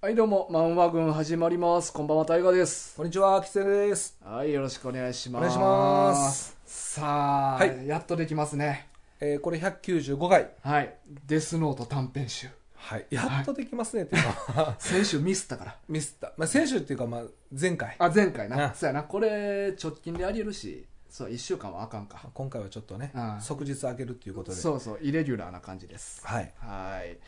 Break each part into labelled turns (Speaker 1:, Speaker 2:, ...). Speaker 1: はいどうも、マンワ軍始まります。こんばんは、タイガーです。
Speaker 2: こんにちは、キツネです。
Speaker 1: はい、よろしくお願いします。
Speaker 2: お願いします。
Speaker 1: さあ、
Speaker 2: はい
Speaker 1: やっとできますね。
Speaker 2: えーこれ195回。
Speaker 1: はい。デスノート短編集。
Speaker 2: はい。やっとできますね、っていうか。
Speaker 1: 先週ミスったから。
Speaker 2: ミスった。まあ、先週っていうか、まあ、前回。
Speaker 1: あ、前回
Speaker 2: う
Speaker 1: な。
Speaker 2: ん
Speaker 1: そうやな。これ、直近でありえるし、そう、1週間はあかんか。
Speaker 2: 今回はちょっとね
Speaker 1: うん、
Speaker 2: 即日開けるっていうことで。
Speaker 1: そうそう、イレギュラーな感じです。
Speaker 2: はい。
Speaker 1: はい。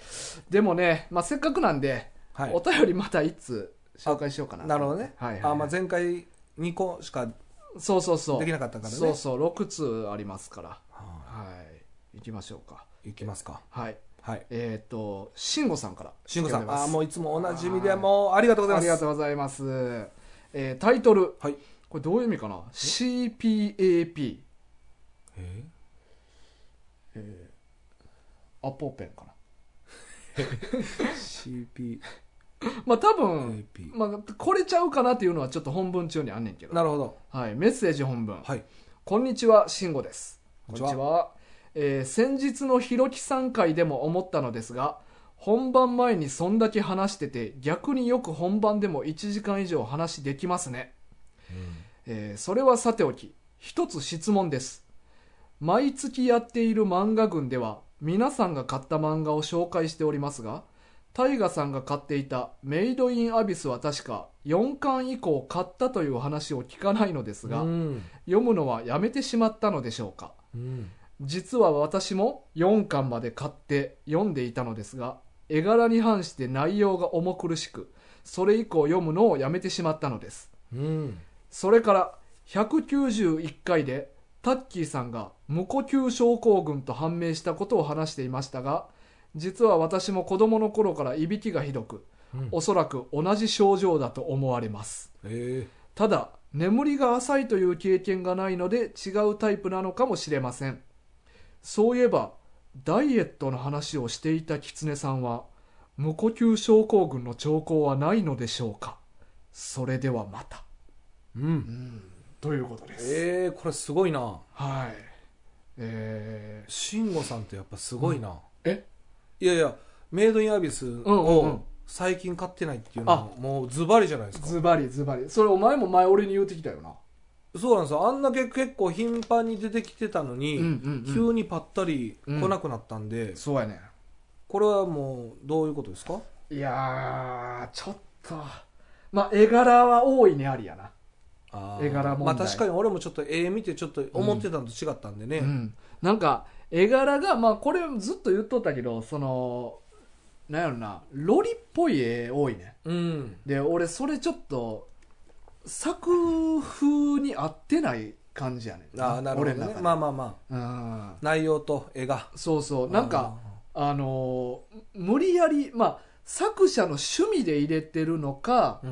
Speaker 1: でもね、まあ、せっかくなんで、
Speaker 2: はい
Speaker 1: お。便りまたいつ紹介しようかな。
Speaker 2: なるほどね。
Speaker 1: はい、はい。
Speaker 2: あ、まあ、前回2個しか。
Speaker 1: そうそうそう。
Speaker 2: できなかったからね
Speaker 1: そうそう、6通ありますから。
Speaker 2: は
Speaker 1: はい。行きましょうか。
Speaker 2: いいきますか。
Speaker 1: はい。
Speaker 2: はい。
Speaker 1: えっ、と、慎吾さんから。
Speaker 2: 慎吾さん。あー、
Speaker 1: あ
Speaker 2: もういつもおなじみで、
Speaker 1: はい
Speaker 2: もう、ありがとうござ
Speaker 1: あ
Speaker 2: います。
Speaker 1: りがとうございます。えータイトル。
Speaker 2: はい。
Speaker 1: これどういう意味かな ?CPAP。
Speaker 2: え
Speaker 1: アポペンかな。
Speaker 2: ー
Speaker 1: まあ多分、
Speaker 2: CPAP。
Speaker 1: まあ、これちゃうかなっていうのはちょっと本文中にあんねんけど。
Speaker 2: なるほど。
Speaker 1: はい。メッセージ本文。
Speaker 2: はい。
Speaker 1: こんにちは、慎吾です。
Speaker 2: こんにちは
Speaker 1: えー先日のひろきさん会でも思ったのですが、本番前にそんだけ話してて、逆によく本番でも1時間以上話できますね。えーそれはさておき、一つ質問です。毎月やっている漫画群では、皆さんが買った漫画を紹介しておりますが、タイガさんが買っていたメイドインアビスは確か4巻以降買ったという話を聞かないのですが、
Speaker 2: うん
Speaker 1: 読むのはやめてしまったのでしょうか
Speaker 2: うん。
Speaker 1: 実は私も4巻まで買って読んでいたのですが絵柄に反して内容が重苦しくそれ以降読むのをやめてしまったのです
Speaker 2: うん。
Speaker 1: それから191回でタッキーさんが無呼吸症候群と判明したことを話していましたが実は私も子供の頃からいびきがひどく
Speaker 2: うん
Speaker 1: おそらく同じ症状だと思われます
Speaker 2: え
Speaker 1: ただ眠りが浅いという経験がないので違うタイプなのかもしれませんそういえばダイエットの話をしていたキツネさんは無呼吸症候群の兆候はないのでしょうかそれではまた
Speaker 2: ーうん。
Speaker 1: ということで
Speaker 2: えーこれすごいな。
Speaker 1: はいえ
Speaker 2: 慎吾さんってやっぱすごいな、
Speaker 1: ー、え
Speaker 2: いやいやメイドインアビス
Speaker 1: うんうん
Speaker 2: を最近買ってないっていうのはもうズバリじゃないですか
Speaker 1: ズバリズバリそれお前も前俺に言うてきたよな
Speaker 2: そうなんですよあんだけ結構頻繁に出てきてたのに、
Speaker 1: うんうんうん
Speaker 2: 急にぱったり来なくなったんで、
Speaker 1: そうやね
Speaker 2: これはもうどういうことですか
Speaker 1: いやーちょっとまあ絵柄は大いにありやな
Speaker 2: あ
Speaker 1: 絵柄問題
Speaker 2: まあ確かに俺もちょっと絵見てちょっと思ってたのと違ったんでね、
Speaker 1: うん、なんか絵柄が、まあ、これずっと言っとったけどそのなんやろなロリっぽい絵多いね
Speaker 2: うん
Speaker 1: で俺それちょっと作風に合ってない感じやねん
Speaker 2: ああなるほど
Speaker 1: 俺の
Speaker 2: ね
Speaker 1: 中で
Speaker 2: まあまあまあ内容と絵が
Speaker 1: うん、そうそうなんかあのー無理やりまあ作者の趣味で入れてるのか
Speaker 2: あー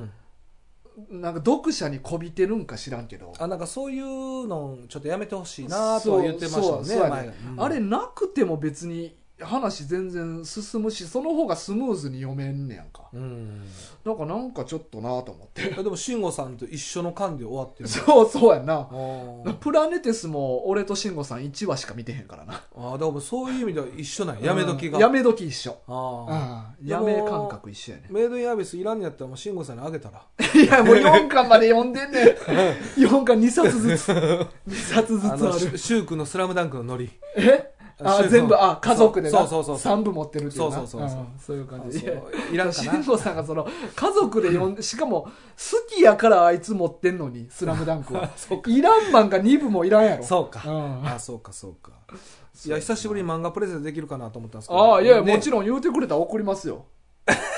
Speaker 2: うん
Speaker 1: なんか読者にこびてるんか知らんけど
Speaker 2: あなんかそういうのちょっとやめてほしいなとは言ってましたもんね
Speaker 1: そうそうや
Speaker 2: 前
Speaker 1: ね
Speaker 2: うん
Speaker 1: あれなくても別に話全然進むしその方がスムーズに読めんねやんか
Speaker 2: うん
Speaker 1: なんかなんかちょっとなと思って
Speaker 2: でも慎吾さんと一緒の間で終わってる
Speaker 1: そうそうやんな
Speaker 2: あー
Speaker 1: プラネテスも俺と慎吾さん1話しか見てへんからな
Speaker 2: あーでもそういう意味では一緒なんややめ時が
Speaker 1: うんやめ時一緒うん
Speaker 2: あで
Speaker 1: や
Speaker 2: も
Speaker 1: め感覚一緒やね
Speaker 2: メイドインアビスいらんやったらもう慎吾さんにあげたら
Speaker 1: いやもう4巻まで読んでんねん4巻2冊 ずつ2冊ず
Speaker 2: あの
Speaker 1: つあ
Speaker 2: シ
Speaker 1: る
Speaker 2: シュークの「スラムダンクのノリ
Speaker 1: えあ
Speaker 2: そう
Speaker 1: 全部あ家族でな
Speaker 2: そうそうそうそう
Speaker 1: 3部持ってるっていうな
Speaker 2: そうそうそうそうん
Speaker 1: そういう感じ
Speaker 2: そ
Speaker 1: で
Speaker 2: ういらん か
Speaker 1: 慎
Speaker 2: な
Speaker 1: 吾さんがその家族で呼んでしかも好きやからあいつ持ってんのに「スラムダンク はいらん漫画2部もいらんやろ
Speaker 2: そう
Speaker 1: う
Speaker 2: か
Speaker 1: ん
Speaker 2: あ
Speaker 1: あ
Speaker 2: ーそうかそうかいや久しぶりに漫画プレゼントできるかなと思ったんですけど
Speaker 1: あいやいや
Speaker 2: ね
Speaker 1: もちろん言うてくれたら怒りますよ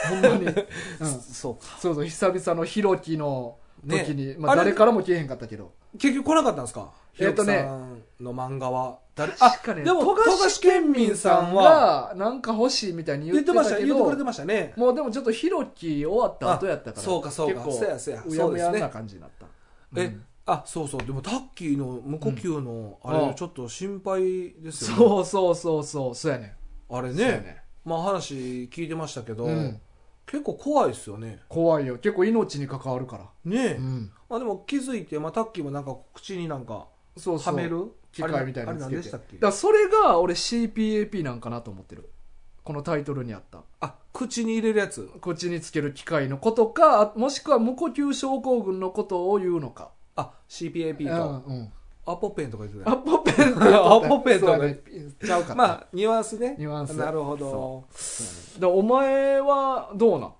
Speaker 1: ほんま に、うん、そう
Speaker 2: そうか
Speaker 1: そう久々のひろきの時に、
Speaker 2: ね
Speaker 1: まあ、
Speaker 2: あれ
Speaker 1: 誰からも消えへんかったけど
Speaker 2: 結局来なかったんですか
Speaker 1: えっとね
Speaker 2: ひろきさんの漫画は誰
Speaker 1: 確かね
Speaker 2: でも
Speaker 1: 富
Speaker 2: 富
Speaker 1: 樫
Speaker 2: 樫
Speaker 1: 県
Speaker 2: 県
Speaker 1: 民
Speaker 2: 民
Speaker 1: さ
Speaker 2: さ
Speaker 1: ん
Speaker 2: ん
Speaker 1: が
Speaker 2: は
Speaker 1: なんか欲しいみたいに言
Speaker 2: 言
Speaker 1: っ
Speaker 2: ってて
Speaker 1: ま
Speaker 2: ま
Speaker 1: し
Speaker 2: したた
Speaker 1: け
Speaker 2: 言ってくれ
Speaker 1: ど
Speaker 2: てましたね
Speaker 1: もうでもちょっとひろき終わった後やったから
Speaker 2: あそうかそうか
Speaker 1: 結
Speaker 2: そうやそうや
Speaker 1: 構うやむやんな感じになった
Speaker 2: え、
Speaker 1: うん
Speaker 2: あそうそうでもタッキーの無呼吸のあ
Speaker 1: うん
Speaker 2: れちょっと心配ですよね、
Speaker 1: そうそうそうそうそうやねん
Speaker 2: あれ
Speaker 1: そうや
Speaker 2: ね
Speaker 1: ねん
Speaker 2: まあ話聞いてましたけど、
Speaker 1: うん
Speaker 2: 結構怖いですよね
Speaker 1: 怖いよ結構命に関わるから、
Speaker 2: ねえ、
Speaker 1: ん、
Speaker 2: まあ、でも気づいて、まあ、タッキーもなんか口になんか
Speaker 1: そうそ
Speaker 2: は
Speaker 1: う
Speaker 2: める
Speaker 1: 機械みたいな
Speaker 2: あれ
Speaker 1: の
Speaker 2: あ
Speaker 1: つけ
Speaker 2: れ何
Speaker 1: て
Speaker 2: でしたっけ
Speaker 1: だからそれが俺 CPAP なんかなと思ってるこのタイトルにあった
Speaker 2: あ口に入れるやつ
Speaker 1: 口につける機械のことかあもしくは無呼吸症候群のことを言うのか、
Speaker 2: あ CPAP
Speaker 1: うん
Speaker 2: と、
Speaker 1: うん、
Speaker 2: アポペンとか言ってた
Speaker 1: ア
Speaker 2: よ
Speaker 1: ポペンって言った
Speaker 2: アポペンとか
Speaker 1: そうやねちゃうか
Speaker 2: ま
Speaker 1: まあ
Speaker 2: あニュアンスね
Speaker 1: ニュアンス
Speaker 2: なるほど
Speaker 1: そでお前はどうなん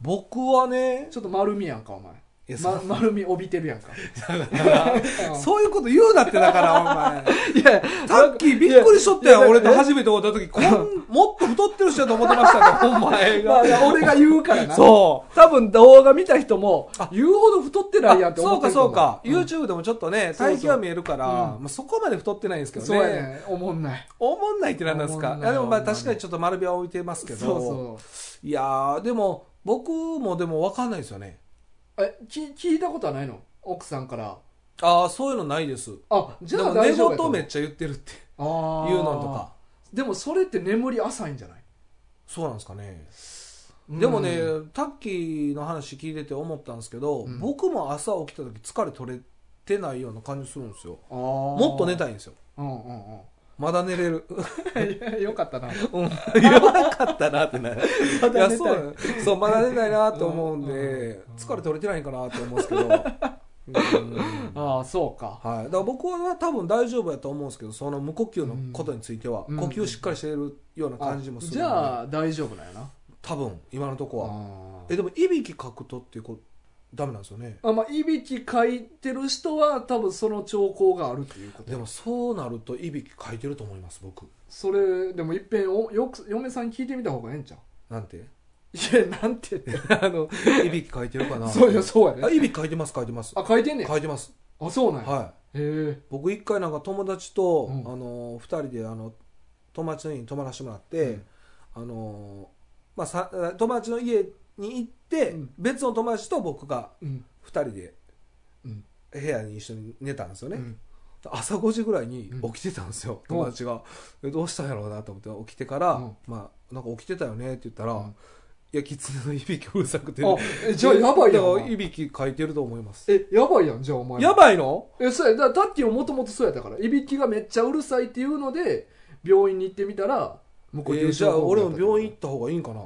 Speaker 2: 僕はね
Speaker 1: ちょっと丸みやんかお前、
Speaker 2: いや
Speaker 1: ま、丸み帯びてる やんか うん
Speaker 2: そういうこと言うなってだから、お前。
Speaker 1: いや
Speaker 2: タッキーびっくりしとった
Speaker 1: いや
Speaker 2: よ、俺と初めて会った時。こん、 もっと太ってる人やと思ってましたね、お前
Speaker 1: まあ
Speaker 2: が。
Speaker 1: 俺が言うからな
Speaker 2: そう。
Speaker 1: 多分動画見た人も
Speaker 2: あ
Speaker 1: 言うほど太ってないやんって
Speaker 2: そ
Speaker 1: 思
Speaker 2: う
Speaker 1: って
Speaker 2: か
Speaker 1: ると
Speaker 2: そ
Speaker 1: 思
Speaker 2: うか、
Speaker 1: ん
Speaker 2: YouTube でもちょっとね
Speaker 1: そうそう
Speaker 2: 体型は見えるから
Speaker 1: う
Speaker 2: まあ、そこまで太ってないんですけど
Speaker 1: そうや
Speaker 2: ね
Speaker 1: ねおもんない
Speaker 2: おもんないって何なんです
Speaker 1: お
Speaker 2: か
Speaker 1: もん
Speaker 2: い
Speaker 1: ない
Speaker 2: やでもま
Speaker 1: お
Speaker 2: あ
Speaker 1: もんない
Speaker 2: 確かにちょっと丸みは置いてますけど
Speaker 1: そうそう
Speaker 2: いやーでも僕もでも分かんないですよね
Speaker 1: え聞聞いたことはないの奥さんから
Speaker 2: ああそういうのないです
Speaker 1: あじ
Speaker 2: で
Speaker 1: ゃあ
Speaker 2: も
Speaker 1: 大
Speaker 2: 寝
Speaker 1: 丈夫や
Speaker 2: 言めっちゃ言ってるって
Speaker 1: あー
Speaker 2: いうのとか
Speaker 1: でもそれって眠り浅いんじゃない
Speaker 2: そうなんですかねでもね、
Speaker 1: うん
Speaker 2: タッキーの話聞いてて思ったんですけど、
Speaker 1: うん
Speaker 2: 僕も朝起きた時疲れ取れてないような感じするんですよ
Speaker 1: あーも
Speaker 2: もっと寝たいんですよ
Speaker 1: うんうん
Speaker 2: まだ寝れる
Speaker 1: うんよかったな
Speaker 2: うん言わなかったなってなる
Speaker 1: ま
Speaker 2: い
Speaker 1: だ寝
Speaker 2: や
Speaker 1: たい
Speaker 2: そうそうまだ寝ないなと思うんで、
Speaker 1: うんうんうん
Speaker 2: 疲れ取れてないんかなと思うんですけど、うんはい、
Speaker 1: ああそうか
Speaker 2: だから僕は多分大丈夫やと思うんですけどその無呼吸のことについては、
Speaker 1: うん
Speaker 2: 呼吸しっかりしてるような感じもするんで
Speaker 1: じゃあ大丈夫だよな
Speaker 2: 多分今のとこは、
Speaker 1: あ
Speaker 2: え
Speaker 1: ー
Speaker 2: でもいびきかくとっていうことダメなんですよね
Speaker 1: あまあいびきかいてる人は多分その兆候があるっていうこと
Speaker 2: でもそうなるといびきかいてると思います僕
Speaker 1: それでもいっぺんおよく嫁さんに聞いてみた方がええんちゃう
Speaker 2: なん て
Speaker 1: いやなんて 言って
Speaker 2: あのいびきかいてるかな
Speaker 1: そうやそうや
Speaker 2: あ
Speaker 1: ね
Speaker 2: いびきかいてますかいてます
Speaker 1: あ書いてんねん
Speaker 2: かいてます
Speaker 1: あそうなんや、
Speaker 2: はい
Speaker 1: へえ
Speaker 2: 僕一回なんか友達と、
Speaker 1: うん
Speaker 2: あの2人であの友達の家に泊まらせてもらって、あのまあ、さ友達の家に行って、
Speaker 1: うん
Speaker 2: 別の友達と僕が
Speaker 1: うん
Speaker 2: 2人で
Speaker 1: うん
Speaker 2: 部屋に一緒に寝たんですよね、
Speaker 1: うん
Speaker 2: 朝5時ぐらいに
Speaker 1: うん
Speaker 2: 起きてたんですよ、友達がえどうしたんやろうなと思って起きてから、
Speaker 1: うん
Speaker 2: まあ、なんか起きてたよねって言ったら、
Speaker 1: うん
Speaker 2: いや狐のいびきうるさくて
Speaker 1: あえじゃあやばいやん
Speaker 2: だ
Speaker 1: お
Speaker 2: からい
Speaker 1: 前
Speaker 2: びきかいてると思います
Speaker 1: えやばいやんじゃあお前
Speaker 2: やばいの
Speaker 1: えそうやだからタッキーももともとそうやったからいびきがめっちゃうるさいっていうので病院に行ってみたら向
Speaker 2: えーじゃあ俺も病院行った方がいいんかな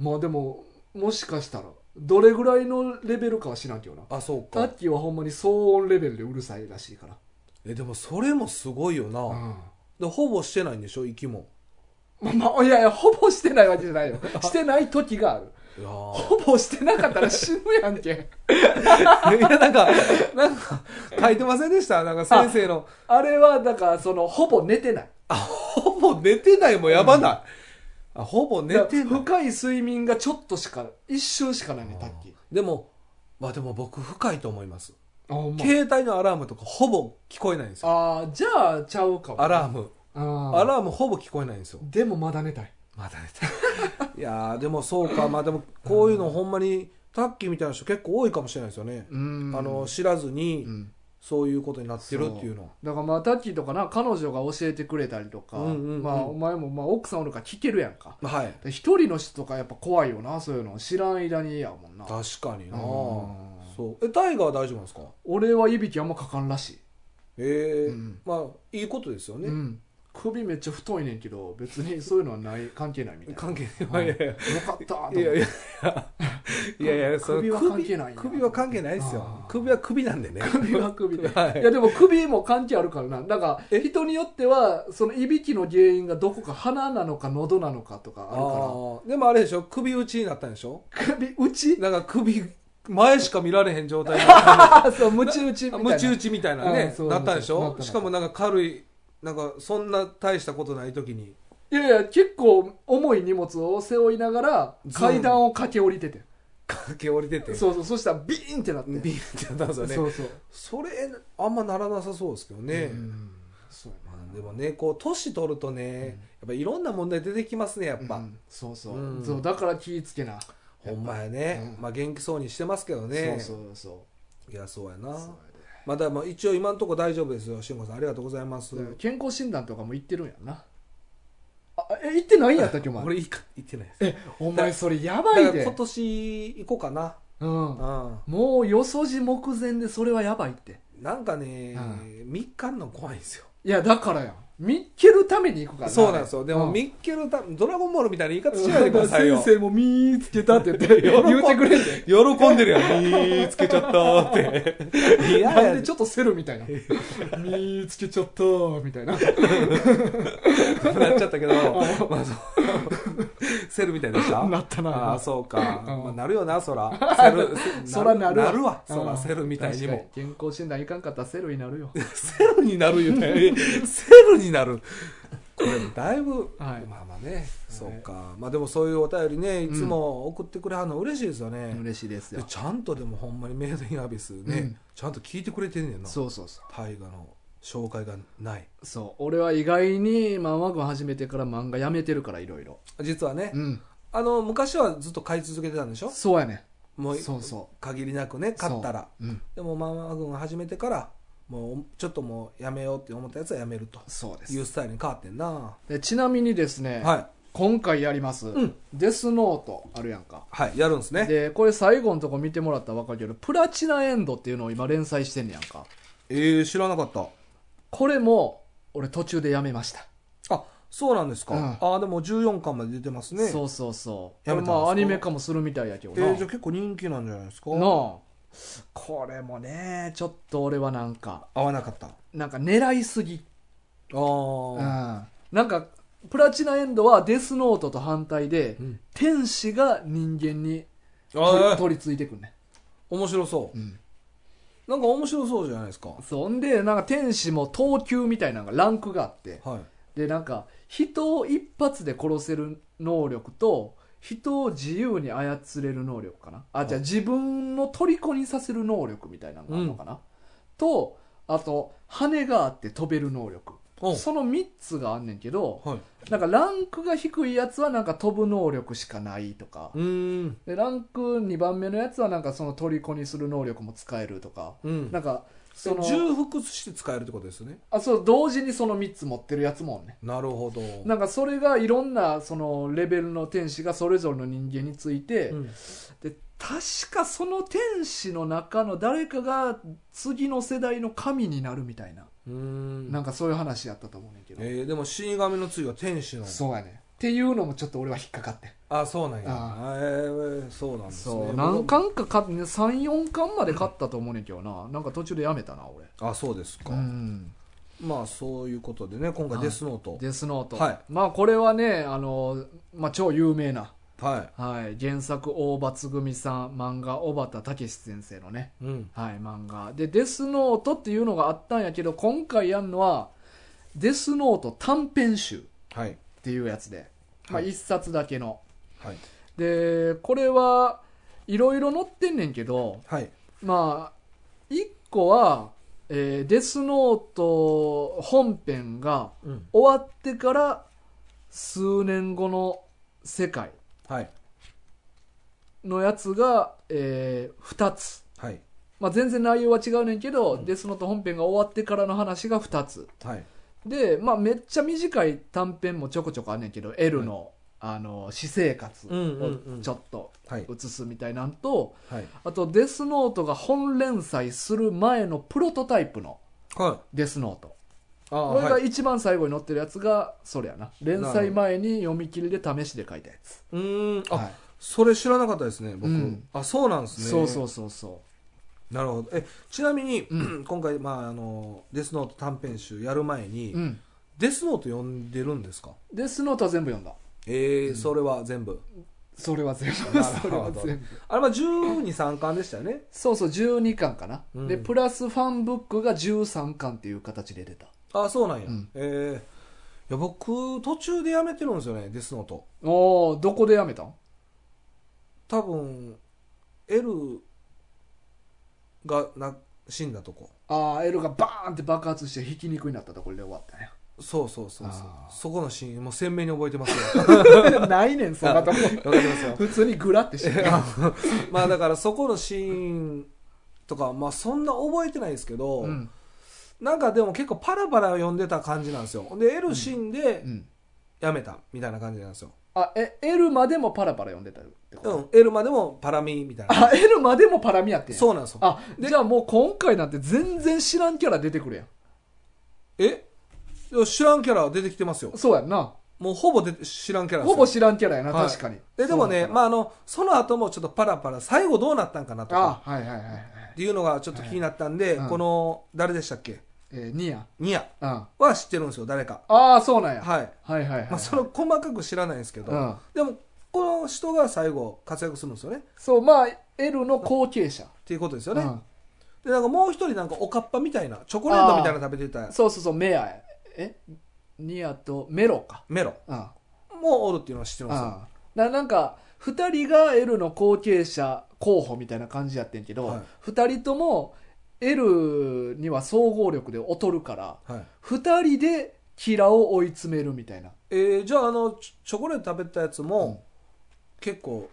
Speaker 1: まあでももしかしたらどれぐらいのレベルかは知らんけどな
Speaker 2: あそう
Speaker 1: タ
Speaker 2: か
Speaker 1: ッキーはほんまに騒音レベルでうるさいらしいから
Speaker 2: えでもそれもすごいよな、
Speaker 1: うん
Speaker 2: でほぼしてないんでしょ息も
Speaker 1: まあ、いやいやほぼしてないわけじゃないよ してない時がある
Speaker 2: いや
Speaker 1: ほぼしてなかったら死ぬやんけ
Speaker 2: いやなんかなんか書いてませんでしたなんか先生の
Speaker 1: あれはだからそのほぼ寝てない
Speaker 2: あほぼ寝てないもやばない、あほぼ寝て
Speaker 1: だ
Speaker 2: な
Speaker 1: から
Speaker 2: い
Speaker 1: 深い睡眠がちょっとしか一瞬しかないねタッキー
Speaker 2: でもまあでも僕深いと思います、
Speaker 1: あほんま
Speaker 2: 携帯のアラームとかほぼ聞こえないんですよ
Speaker 1: あーじゃあちゃうかも
Speaker 2: アラーム
Speaker 1: あ
Speaker 2: アラームほぼ聞こえないんですよ
Speaker 1: でもまだ寝たい
Speaker 2: まだ寝 ていやーでもそうかまあでもこういうのほんまにタッキーみたいな人結構多いかもしれないですよね、
Speaker 1: うん
Speaker 2: あの知らずに、
Speaker 1: うん
Speaker 2: そういうことになってるっていうのは
Speaker 1: だからまあタッキーとかな彼女が教えてくれたりとか、
Speaker 2: うんうんうん
Speaker 1: まあ、お前もまあ奥さんおるから聞けるやんか
Speaker 2: はい
Speaker 1: で一人の人とかやっぱ怖いよなそういうの知らん間にやもんな
Speaker 2: 確かにな
Speaker 1: うん
Speaker 2: そうえタイガーは大丈夫なんですか
Speaker 1: 俺はいびきあんまかかんらしい、
Speaker 2: ええ
Speaker 1: うん
Speaker 2: まあいいことですよ
Speaker 1: う
Speaker 2: ね
Speaker 1: ん首めっちゃ太いねんけど別にそういうのはない関係ないみたいな
Speaker 2: 関係
Speaker 1: う
Speaker 2: なんい
Speaker 1: よ
Speaker 2: やいや
Speaker 1: かったと思っ
Speaker 2: い
Speaker 1: て
Speaker 2: やいやいやいやそ
Speaker 1: 首
Speaker 2: れ
Speaker 1: は関係ないな
Speaker 2: 首は関係ないです
Speaker 1: あ
Speaker 2: よ
Speaker 1: ー
Speaker 2: 首は首なんでね
Speaker 1: 首は 首で、、
Speaker 2: はいい
Speaker 1: やでも首も関係あるからなだから人によってはそのいびきの原因がどこか鼻なのか喉なのかとか
Speaker 2: あ
Speaker 1: あるか
Speaker 2: ーでもあれでしょ首打ちになったんでしょ
Speaker 1: ら首打ち
Speaker 2: なんか首前しか見られへん状態 に
Speaker 1: あそうムチ打ちみたいな
Speaker 2: むち打ちみたいな
Speaker 1: あー
Speaker 2: ね
Speaker 1: そう
Speaker 2: なったんでし
Speaker 1: なったなっ
Speaker 2: ょ
Speaker 1: た
Speaker 2: しかもなんか軽いなんかそんな大したことない時に
Speaker 1: いやいや結構重い荷物を背負いながら階段を駆け下りてて
Speaker 2: 駆け下りてて
Speaker 1: そうそうそしたらビーンってなって
Speaker 2: ビーンってなったんですよね
Speaker 1: そうそう
Speaker 2: それあんまならなさそうですけどね、
Speaker 1: うんそうや
Speaker 2: まあ、でもねこう年取るとね、やっぱいろんな問題出てきますねやっ
Speaker 1: な
Speaker 2: ぱ、
Speaker 1: うんそうそう,、
Speaker 2: うん
Speaker 1: そうだから気ぃつけな
Speaker 2: ほんまやね、
Speaker 1: うん
Speaker 2: まあ元気そうにしてますけどね
Speaker 1: そうそうそ
Speaker 2: いやそうやな
Speaker 1: うそう
Speaker 2: まあだまあ一応今のところ大丈夫ですよ慎吾さんありがとうございます、
Speaker 1: やで健康診断とかも行ってるんやんなあえ行ってないんやったっけお前
Speaker 2: 俺いいか言ってないです
Speaker 1: えお前それやば
Speaker 2: だ
Speaker 1: い
Speaker 2: から今
Speaker 1: で、
Speaker 2: 年行こうかな、
Speaker 1: うん、
Speaker 2: う
Speaker 1: もうよそじ目前でそれはやばいって
Speaker 2: ん、なんかね、
Speaker 1: う
Speaker 2: 三日あんの怖いんですよ
Speaker 1: いやだからやん見っけるために行くから
Speaker 2: そうなんですよ。でも、
Speaker 1: 見
Speaker 2: ミッケルた、ドラゴンボールみたいな言い方しないでくださいよ。
Speaker 1: 先生も見つけたって 言って
Speaker 2: 喜ん
Speaker 1: 言ってくれんで
Speaker 2: 喜んでるやん。見つけちゃったって。い や
Speaker 1: なん
Speaker 2: や
Speaker 1: でちょっとセルみたいな 見つけちゃったみたいな
Speaker 2: なっちゃったけど、まあ、そう セルみたいでした
Speaker 1: なったな
Speaker 2: ああ、そうか。
Speaker 1: うん
Speaker 2: まあ、なるよな、そ ら。セル、
Speaker 1: そらなるわ
Speaker 2: なるわ。そ
Speaker 1: うん
Speaker 2: ら、セルみたいにも。
Speaker 1: 確か健康診断いかんかったらセルになるよ
Speaker 2: セルになるよ ね。セルになる。これ、だいぶ、
Speaker 1: はい
Speaker 2: まあまあね、そうか。まあでもそういうお便りね、いつも送ってくれはるの嬉しいですよね。
Speaker 1: 嬉しいです
Speaker 2: で
Speaker 1: よ
Speaker 2: ちゃんとでもほんまにメイドインアビスね、
Speaker 1: うん
Speaker 2: ちゃんと聞いてくれてんねんな。
Speaker 1: そうそうそう
Speaker 2: 大河の紹介がない。
Speaker 1: そう俺は意外に漫画群始めてから漫画やめてるからいろいろ
Speaker 2: 実はね、
Speaker 1: うん
Speaker 2: あの、昔はずっと買い続けてたんでしょ
Speaker 1: そうやね
Speaker 2: もう
Speaker 1: そうそ
Speaker 2: 限りなくね
Speaker 1: う
Speaker 2: 買ったら
Speaker 1: そううん
Speaker 2: でもマンマ軍が始めてからもうちょっともうやめようって思ったやつはやめると
Speaker 1: そうで
Speaker 2: い
Speaker 1: す
Speaker 2: うスタイルに変わってんな、
Speaker 1: でちなみにですね、
Speaker 2: はい
Speaker 1: 今回やります、
Speaker 2: うん
Speaker 1: デスノートあるやんか
Speaker 2: はいやるんです ね
Speaker 1: でこれ最後のとこ見てもらったら分かるけどプラチナエンドっていうのを今連載してんねやんか
Speaker 2: えー、知らなかった
Speaker 1: これも俺途中でやめました、
Speaker 2: あそうなんですか、
Speaker 1: うん
Speaker 2: ああでも14巻まで出てますね
Speaker 1: そうそうそう
Speaker 2: やめたんですか
Speaker 1: これまあアニメ化もするみたいやけど
Speaker 2: え
Speaker 1: な、
Speaker 2: ー、じゃあ結構人気なんじゃないですか
Speaker 1: なあこれもねちょっと俺はなんか
Speaker 2: 合わなかったあ
Speaker 1: なんか狙いすぎ、
Speaker 2: あー、
Speaker 1: うんなんかプラチナエンドはデスノートと反対で、
Speaker 2: うん
Speaker 1: 天使が人間に取り
Speaker 2: あー
Speaker 1: 取り付いてくんね、
Speaker 2: 面白そう
Speaker 1: うん
Speaker 2: なんか面白そうじゃないですか
Speaker 1: そんでなんか天使も等級みたいなのがランクがあって
Speaker 2: はい
Speaker 1: でなんか人を一発で殺せる能力と人を自由に操れる能力かなあじゃあ
Speaker 2: はい
Speaker 1: 自分の虜にさせる能力みたいなのがあるのかな、とあと羽があって飛べる能力
Speaker 2: お
Speaker 1: その3つがあんねんけど
Speaker 2: はい
Speaker 1: なんかランクが低いやつはなんか飛ぶ能力しかないとか
Speaker 2: うーん
Speaker 1: でランク2番目のやつはなんかその虜にする能力も使えるとか
Speaker 2: うん
Speaker 1: なんかその
Speaker 2: 重複して使えるってことですね
Speaker 1: あそう同時にその3つ持ってるやつもおんね
Speaker 2: なるほど
Speaker 1: なんかそれがいろんなそのレベルの天使がそれぞれの人間について、
Speaker 2: うん
Speaker 1: で確かその天使の中の誰かが次の世代の神になるみたいな、
Speaker 2: うーん
Speaker 1: なんかそういう話やったと思うねんけど、
Speaker 2: えー、でも死神の次は天使の
Speaker 1: そうやねっていうのもちょっと俺は引っかかって
Speaker 2: あそうなんや
Speaker 1: あ
Speaker 2: えー、そうなんですね
Speaker 1: そう
Speaker 2: 僕
Speaker 1: 何巻かか34巻まで買ったと思うねんけどな、なんか途中でやめたな俺
Speaker 2: あそうですか、
Speaker 1: うん
Speaker 2: まあそういうことでね今回
Speaker 1: はい
Speaker 2: デスノート
Speaker 1: デスノート、
Speaker 2: はい
Speaker 1: まあこれはねあの、まあ、超有名な
Speaker 2: は
Speaker 1: はい、原作大場つぐみさん漫画小畑武史先生のね、
Speaker 2: い、うん、
Speaker 1: はい、漫画で「デスノート」っていうのがあったんやけど今回やるのは「デスノート短編集」っ
Speaker 2: はい
Speaker 1: ていうやつで、まあ、
Speaker 2: はい
Speaker 1: 1冊だけの
Speaker 2: はい
Speaker 1: でこれはいろいろ載ってんねんけど
Speaker 2: はい
Speaker 1: まあ1個は、えーデスノート」本編が
Speaker 2: うん
Speaker 1: 終わってから数年後の世界
Speaker 2: はい
Speaker 1: のやつが、え2つ、
Speaker 2: はい
Speaker 1: まあ、全然内容は違うねんけど、デスノート本編が終わってからの話が2つ
Speaker 2: はい
Speaker 1: で、まあ、めっちゃ短い短編もちょこちょこあんねんけど L の,、あの私生活
Speaker 2: うんうんう
Speaker 1: を
Speaker 2: ん
Speaker 1: ちょっと
Speaker 2: はい
Speaker 1: 映すみたいなんと、
Speaker 2: はい
Speaker 1: あとデスノートが本連載する前のプロトタイプの
Speaker 2: はい
Speaker 1: デスノート
Speaker 2: あー
Speaker 1: これ
Speaker 2: は
Speaker 1: が
Speaker 2: い
Speaker 1: 一番最後に載ってるやつがそれやな連載前に読み切りで試しで書いたやつ、
Speaker 2: うーんあ、
Speaker 1: はい
Speaker 2: それ知らなかったですね僕、
Speaker 1: うん
Speaker 2: あそうなんですね
Speaker 1: そうそうそうそう
Speaker 2: なるほどえちなみに、
Speaker 1: う
Speaker 2: 今回、まあ、あのデスノート短編集やる前に、
Speaker 1: う、うん、
Speaker 2: デスノート読んでるんですか
Speaker 1: デスノートは全部読んだ
Speaker 2: ええそれは全 部
Speaker 1: それは全部
Speaker 2: なるほど
Speaker 1: それは全部
Speaker 2: あれは123巻でしたよね
Speaker 1: そうそう12巻かな、
Speaker 2: うん
Speaker 1: でプラスファンブックが13巻っていう形で出た
Speaker 2: あそうなんや、
Speaker 1: うん
Speaker 2: ええいや僕途中でやめてるんですよねデスノート
Speaker 1: おおどこでやめたん
Speaker 2: 多分 L がな死んだとこ
Speaker 1: ああ L がバーンって爆発してひき肉になったところで終わったね
Speaker 2: そうそうそうそう
Speaker 1: あー
Speaker 2: そこのシーンもう鮮明に覚えてます よ
Speaker 1: ないねんそんなとこ
Speaker 2: わかりますよ
Speaker 1: 普通にグラってしてる
Speaker 2: まあだからそこのシーンとかまあそんな覚えてないですけど、
Speaker 1: うん
Speaker 2: なんかでも結構パラパラ読んでた感じなんですよで L 死んで
Speaker 1: うん
Speaker 2: やめたみたいな感じなんですよ、
Speaker 1: あえ L までもパラパラ読んでたってこ
Speaker 2: う
Speaker 1: と、
Speaker 2: ん、L までもパラミみたいな
Speaker 1: あ L までもパラミやってんや
Speaker 2: そうなんですよ
Speaker 1: あじゃあもう今回なんて全然知らんキャラ出てくるやん
Speaker 2: え知らんキャラ出てきてますよ
Speaker 1: そうやんな
Speaker 2: もうほぼで知らんキャラです
Speaker 1: ほ
Speaker 2: よ
Speaker 1: ぼ知らんキャラやな、
Speaker 2: はい
Speaker 1: 確かに
Speaker 2: ででもね、
Speaker 1: そうなんだ
Speaker 2: まあ、あのその後もちょっとパラパラ最後どうなったんかなとか
Speaker 1: あはいはいはいはい
Speaker 2: っていうのがちょっと気になったんで、
Speaker 1: うん
Speaker 2: この誰でしたっけ
Speaker 1: えー、ニア
Speaker 2: ニア
Speaker 1: うんあ
Speaker 2: は知ってるんですよ誰か
Speaker 1: あそうなんや、
Speaker 2: はい、
Speaker 1: はい、はいはいはい
Speaker 2: まあ、その細かく知らないんですけど、
Speaker 1: うん
Speaker 2: でもこの人が最後活躍するんですよねっ
Speaker 1: そうまあ L の後継者
Speaker 2: ていうことですよね、
Speaker 1: うん
Speaker 2: でなんかもう一人なんかおかっぱみたいなチョコレートみたいなの食べてた
Speaker 1: そうそうそうメアやえニアとメロか
Speaker 2: メロ
Speaker 1: うん
Speaker 2: もおるっていうのは知ってますよ
Speaker 1: あななんか2人が L の後継者候補みたいな感じやってんけど、
Speaker 2: はい
Speaker 1: 2人とも L には総合力で劣るから
Speaker 2: はい
Speaker 1: 2人でキラを追い詰めるみたいな
Speaker 2: えーじゃああのチョチョコレート食べたやつも、結構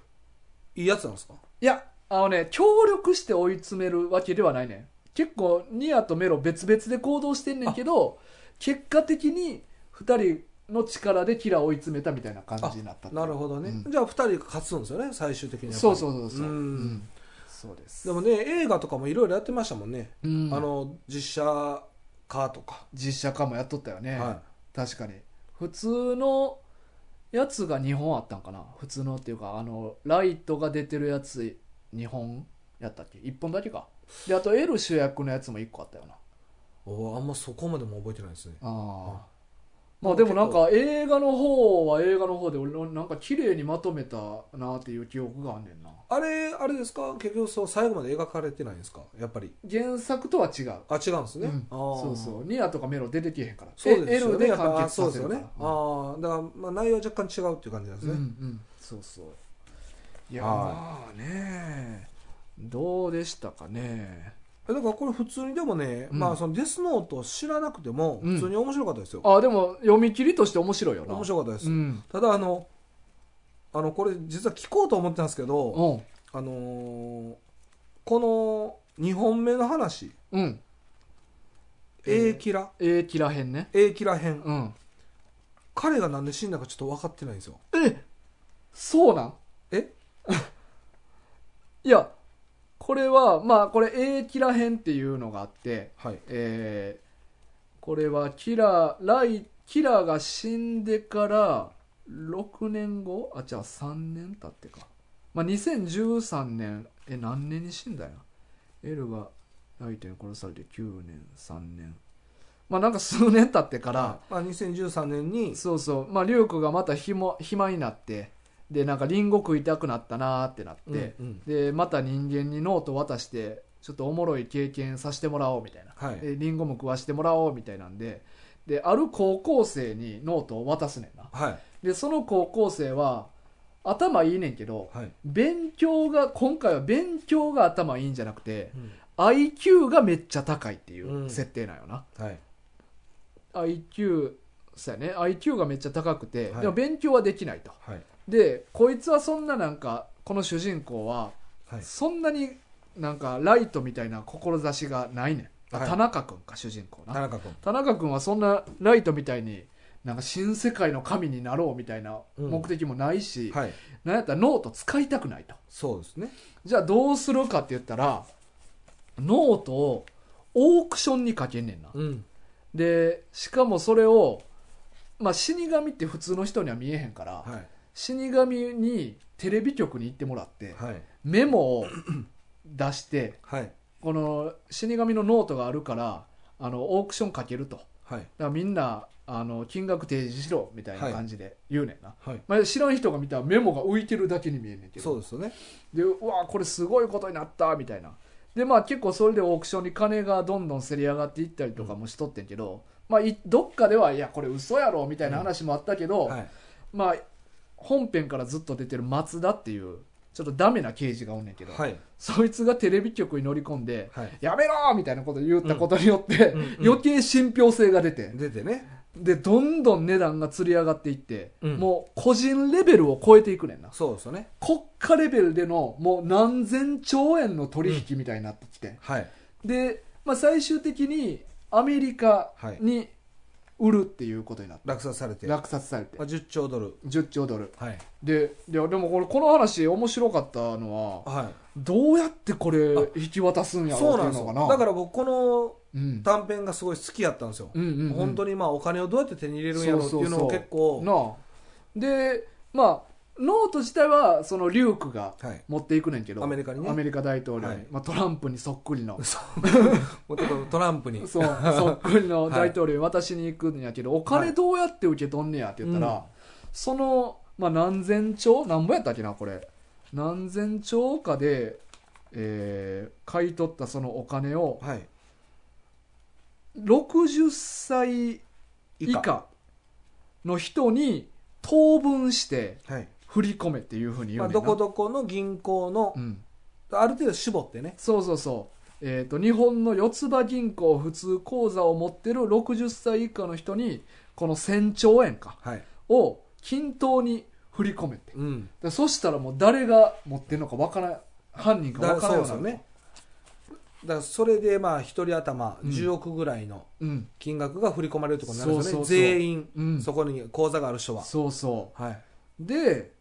Speaker 2: いいやつなんですか
Speaker 1: いやあのね協力して追い詰めるわけではないねん結構ニアとメロ別々で行動してんねんけど結果的に2人の力でキラを追い詰めたみたいな感じになったっていう
Speaker 2: なるほどね、
Speaker 1: う
Speaker 2: じゃあ2人が勝つんですよね最終的には
Speaker 1: そうそうそうそう
Speaker 2: うん
Speaker 1: んそうです
Speaker 2: でもね映画とかもいろいろやってましたもんね、
Speaker 1: うん
Speaker 2: あの実写化とか、
Speaker 1: 実写化もやっとったよね、
Speaker 2: は、
Speaker 1: 確かに普通のやつが2本あったんかな普通のっていうかあのライトが出てるやつ2本やったっけ1本だけかであと L 主役のやつも1個あったよない
Speaker 2: おーあんまそこまでも覚えてないですね
Speaker 1: ああまあでもなんか映画の方は映画の方で俺なんか綺麗にまとめたなっていう記憶があんねんな
Speaker 2: あれあれですか結局そう最後まで描かれてないんですかやっぱり
Speaker 1: 原作とは違う
Speaker 2: あ違うんですね、
Speaker 1: うん
Speaker 2: あー
Speaker 1: そうそうニアとかメロ出てきへんから
Speaker 2: そうですよ
Speaker 1: L
Speaker 2: ね
Speaker 1: で
Speaker 2: やっぱ
Speaker 1: 完結
Speaker 2: そう
Speaker 1: さ
Speaker 2: で
Speaker 1: せる
Speaker 2: すよ
Speaker 1: か
Speaker 2: ね
Speaker 1: ら
Speaker 2: あーだから、まあ、内容は若干違うっていう感じなんですね、
Speaker 1: うんうん、そうそういやー
Speaker 2: は
Speaker 1: まあねどうでしたかね
Speaker 2: えだからこれ普通にでもね、
Speaker 1: うん
Speaker 2: まあそのデスノートを知らなくても
Speaker 1: うん
Speaker 2: 普通に面白かったですよ、
Speaker 1: あでも読み切りとして面白いよな
Speaker 2: 面白かったです、
Speaker 1: うん
Speaker 2: ただあのあのこれ実は聞こうと思ってたんですけど、
Speaker 1: うん
Speaker 2: あのーこの2本目の話
Speaker 1: うん
Speaker 2: 「
Speaker 1: えー
Speaker 2: A キラ」
Speaker 1: ええキラへんね
Speaker 2: 「A キラ編」
Speaker 1: うん
Speaker 2: 彼がなんで死んだかちょっと分かってないんですよ
Speaker 1: えそうなん
Speaker 2: え
Speaker 1: いやこれはまあこれ A キラ編っていうのがあって
Speaker 2: はい
Speaker 1: えーこれはキラーライキラーが死んでから6年後あじゃあ3年経ってか、まあ、2013年え何年に死んだんやエルがライトに殺されて9年3年まあなんか数年経ってから、
Speaker 2: まあ、2013年に
Speaker 1: そうそうまあリュウクがまた暇暇になってでなんかリンゴ食いたくなったなーってなって、
Speaker 2: うんうん
Speaker 1: でまた人間にノート渡してちょっとおもろい経験させてもらおうみたいな、
Speaker 2: はい
Speaker 1: でリンゴも食わしてもらおうみたいなんでである高校生にノートを渡すねんな
Speaker 2: はい
Speaker 1: でその高校生は頭いいねんけど
Speaker 2: はい、
Speaker 1: 勉強が今回は勉強が頭いいんじゃなくて
Speaker 2: うん
Speaker 1: IQ がめっちゃ高いっていう設定なんよな、
Speaker 2: はい、
Speaker 1: IQ そうやね IQ がめっちゃ高くて、
Speaker 2: はい
Speaker 1: でも勉強はできないと
Speaker 2: はい
Speaker 1: でこいつはそんななんかこの主人公は
Speaker 2: はい
Speaker 1: そんなになんかライトみたいな志がないねん、あ
Speaker 2: はい
Speaker 1: 田中君か主人公
Speaker 2: 田
Speaker 1: な
Speaker 2: 中君
Speaker 1: 田中君はそんなライトみたいになんか新世界の神になろうみたいな目的もないし、
Speaker 2: はい
Speaker 1: なんやったらノート使いたくないと
Speaker 2: そうですね
Speaker 1: じゃあどうするかって言ったらノートをオークションにかけんねんな、
Speaker 2: うん
Speaker 1: でしかもそれを、まあ、死神って普通の人には見えへんから、
Speaker 2: はい
Speaker 1: 死神にテレビ局に行ってもらって、
Speaker 2: はい
Speaker 1: メモを出して
Speaker 2: はい
Speaker 1: この死神のノートがあるからあのオークションかけるとだか
Speaker 2: はい
Speaker 1: らみんなあの金額提示しろみたいな感じで言うねんな、
Speaker 2: はい
Speaker 1: まあ、知らん人が見たらメモが浮いてるだけに見えんねんけど
Speaker 2: そうですよね
Speaker 1: でうわこれすごいことになったみたいなでまあ結構それでオークションに金がどんどんせり上がっていったりとかもしとってんけど、まあいどっかではいやこれ嘘やろみたいな話もあったけど、
Speaker 2: はい
Speaker 1: まあ本編からずっと出てる松田っていうちょっとダメな刑事がおんねんけど、
Speaker 2: はい
Speaker 1: そいつがテレビ局に乗り込んで
Speaker 2: はい
Speaker 1: 「やめろ!」みたいなこと言ったことによって、
Speaker 2: うんうん
Speaker 1: 余計信憑性が出て
Speaker 2: 出てね
Speaker 1: でどんどん値段が釣り上がっていって、
Speaker 2: うん
Speaker 1: もう個人レベルを超えていくねんな
Speaker 2: そうですよね
Speaker 1: 国家レベルでのもう何千兆円の取引みたいになってきて、
Speaker 2: はい
Speaker 1: で、まあ、最終的にアメリカに売るっていうことになって
Speaker 2: 落札されて、ま
Speaker 1: 落札されて
Speaker 2: あ、10兆ドル
Speaker 1: 10兆ドル
Speaker 2: はい
Speaker 1: でいやでもこれこの話面白かったのは
Speaker 2: は
Speaker 1: どうやってこれ引き渡すん
Speaker 2: い
Speaker 1: やろ
Speaker 2: そうう
Speaker 1: って
Speaker 2: ないん
Speaker 1: う
Speaker 2: です
Speaker 1: の
Speaker 2: よ
Speaker 1: かな
Speaker 2: だから僕この
Speaker 1: うん
Speaker 2: 短編がすごい好きやったんですよ、
Speaker 1: うんうんうん
Speaker 2: 本当にまあお金をどうやって手に入れるんやろうっていうの
Speaker 1: そう
Speaker 2: を
Speaker 1: そうそう
Speaker 2: 結構
Speaker 1: なあでまあノート自体はそのリュークが
Speaker 2: はい
Speaker 1: 持っていくねんけど
Speaker 2: アメリカにね
Speaker 1: アメリカ大統領に、
Speaker 2: はい
Speaker 1: まあ、トランプにそっくりの
Speaker 2: もっとこのトランプに
Speaker 1: そうそっくりの
Speaker 2: はい
Speaker 1: 大統領に渡しに行くんやけど、お金どうやって受け取んねやって言ったら、
Speaker 2: うん
Speaker 1: その、まあ、何千兆何ぼやったっけなこれ何千兆かで、えー買い取ったそのお金を
Speaker 2: はい
Speaker 1: 60歳以下の人に当分して
Speaker 2: はい
Speaker 1: 振り込めっていうふうに言
Speaker 2: ま
Speaker 1: う
Speaker 2: あ、
Speaker 1: ねんな、
Speaker 2: どこどこの銀行の
Speaker 1: うん、
Speaker 2: ある程度絞ってね
Speaker 1: そうそうそう、えー、と日本の四つ葉銀行普通口座を持ってる60歳以下の人にこの1000兆円か
Speaker 2: はい、
Speaker 1: を均等に振り込めて
Speaker 2: うん、
Speaker 1: でそしたらもう誰が持ってるのかわからん犯人か
Speaker 2: だ
Speaker 1: わからん
Speaker 2: そう
Speaker 1: よう
Speaker 2: で
Speaker 1: にな
Speaker 2: すよ
Speaker 1: る
Speaker 2: ねだからそれでまあ一人頭
Speaker 1: うん
Speaker 2: 10億ぐらいの
Speaker 1: うん
Speaker 2: 金額が振り込まれるってことになるんですよね、
Speaker 1: そうそうそう
Speaker 2: 全員、
Speaker 1: うん
Speaker 2: そこに口座がある人は、
Speaker 1: そうそ
Speaker 2: はい、
Speaker 1: うで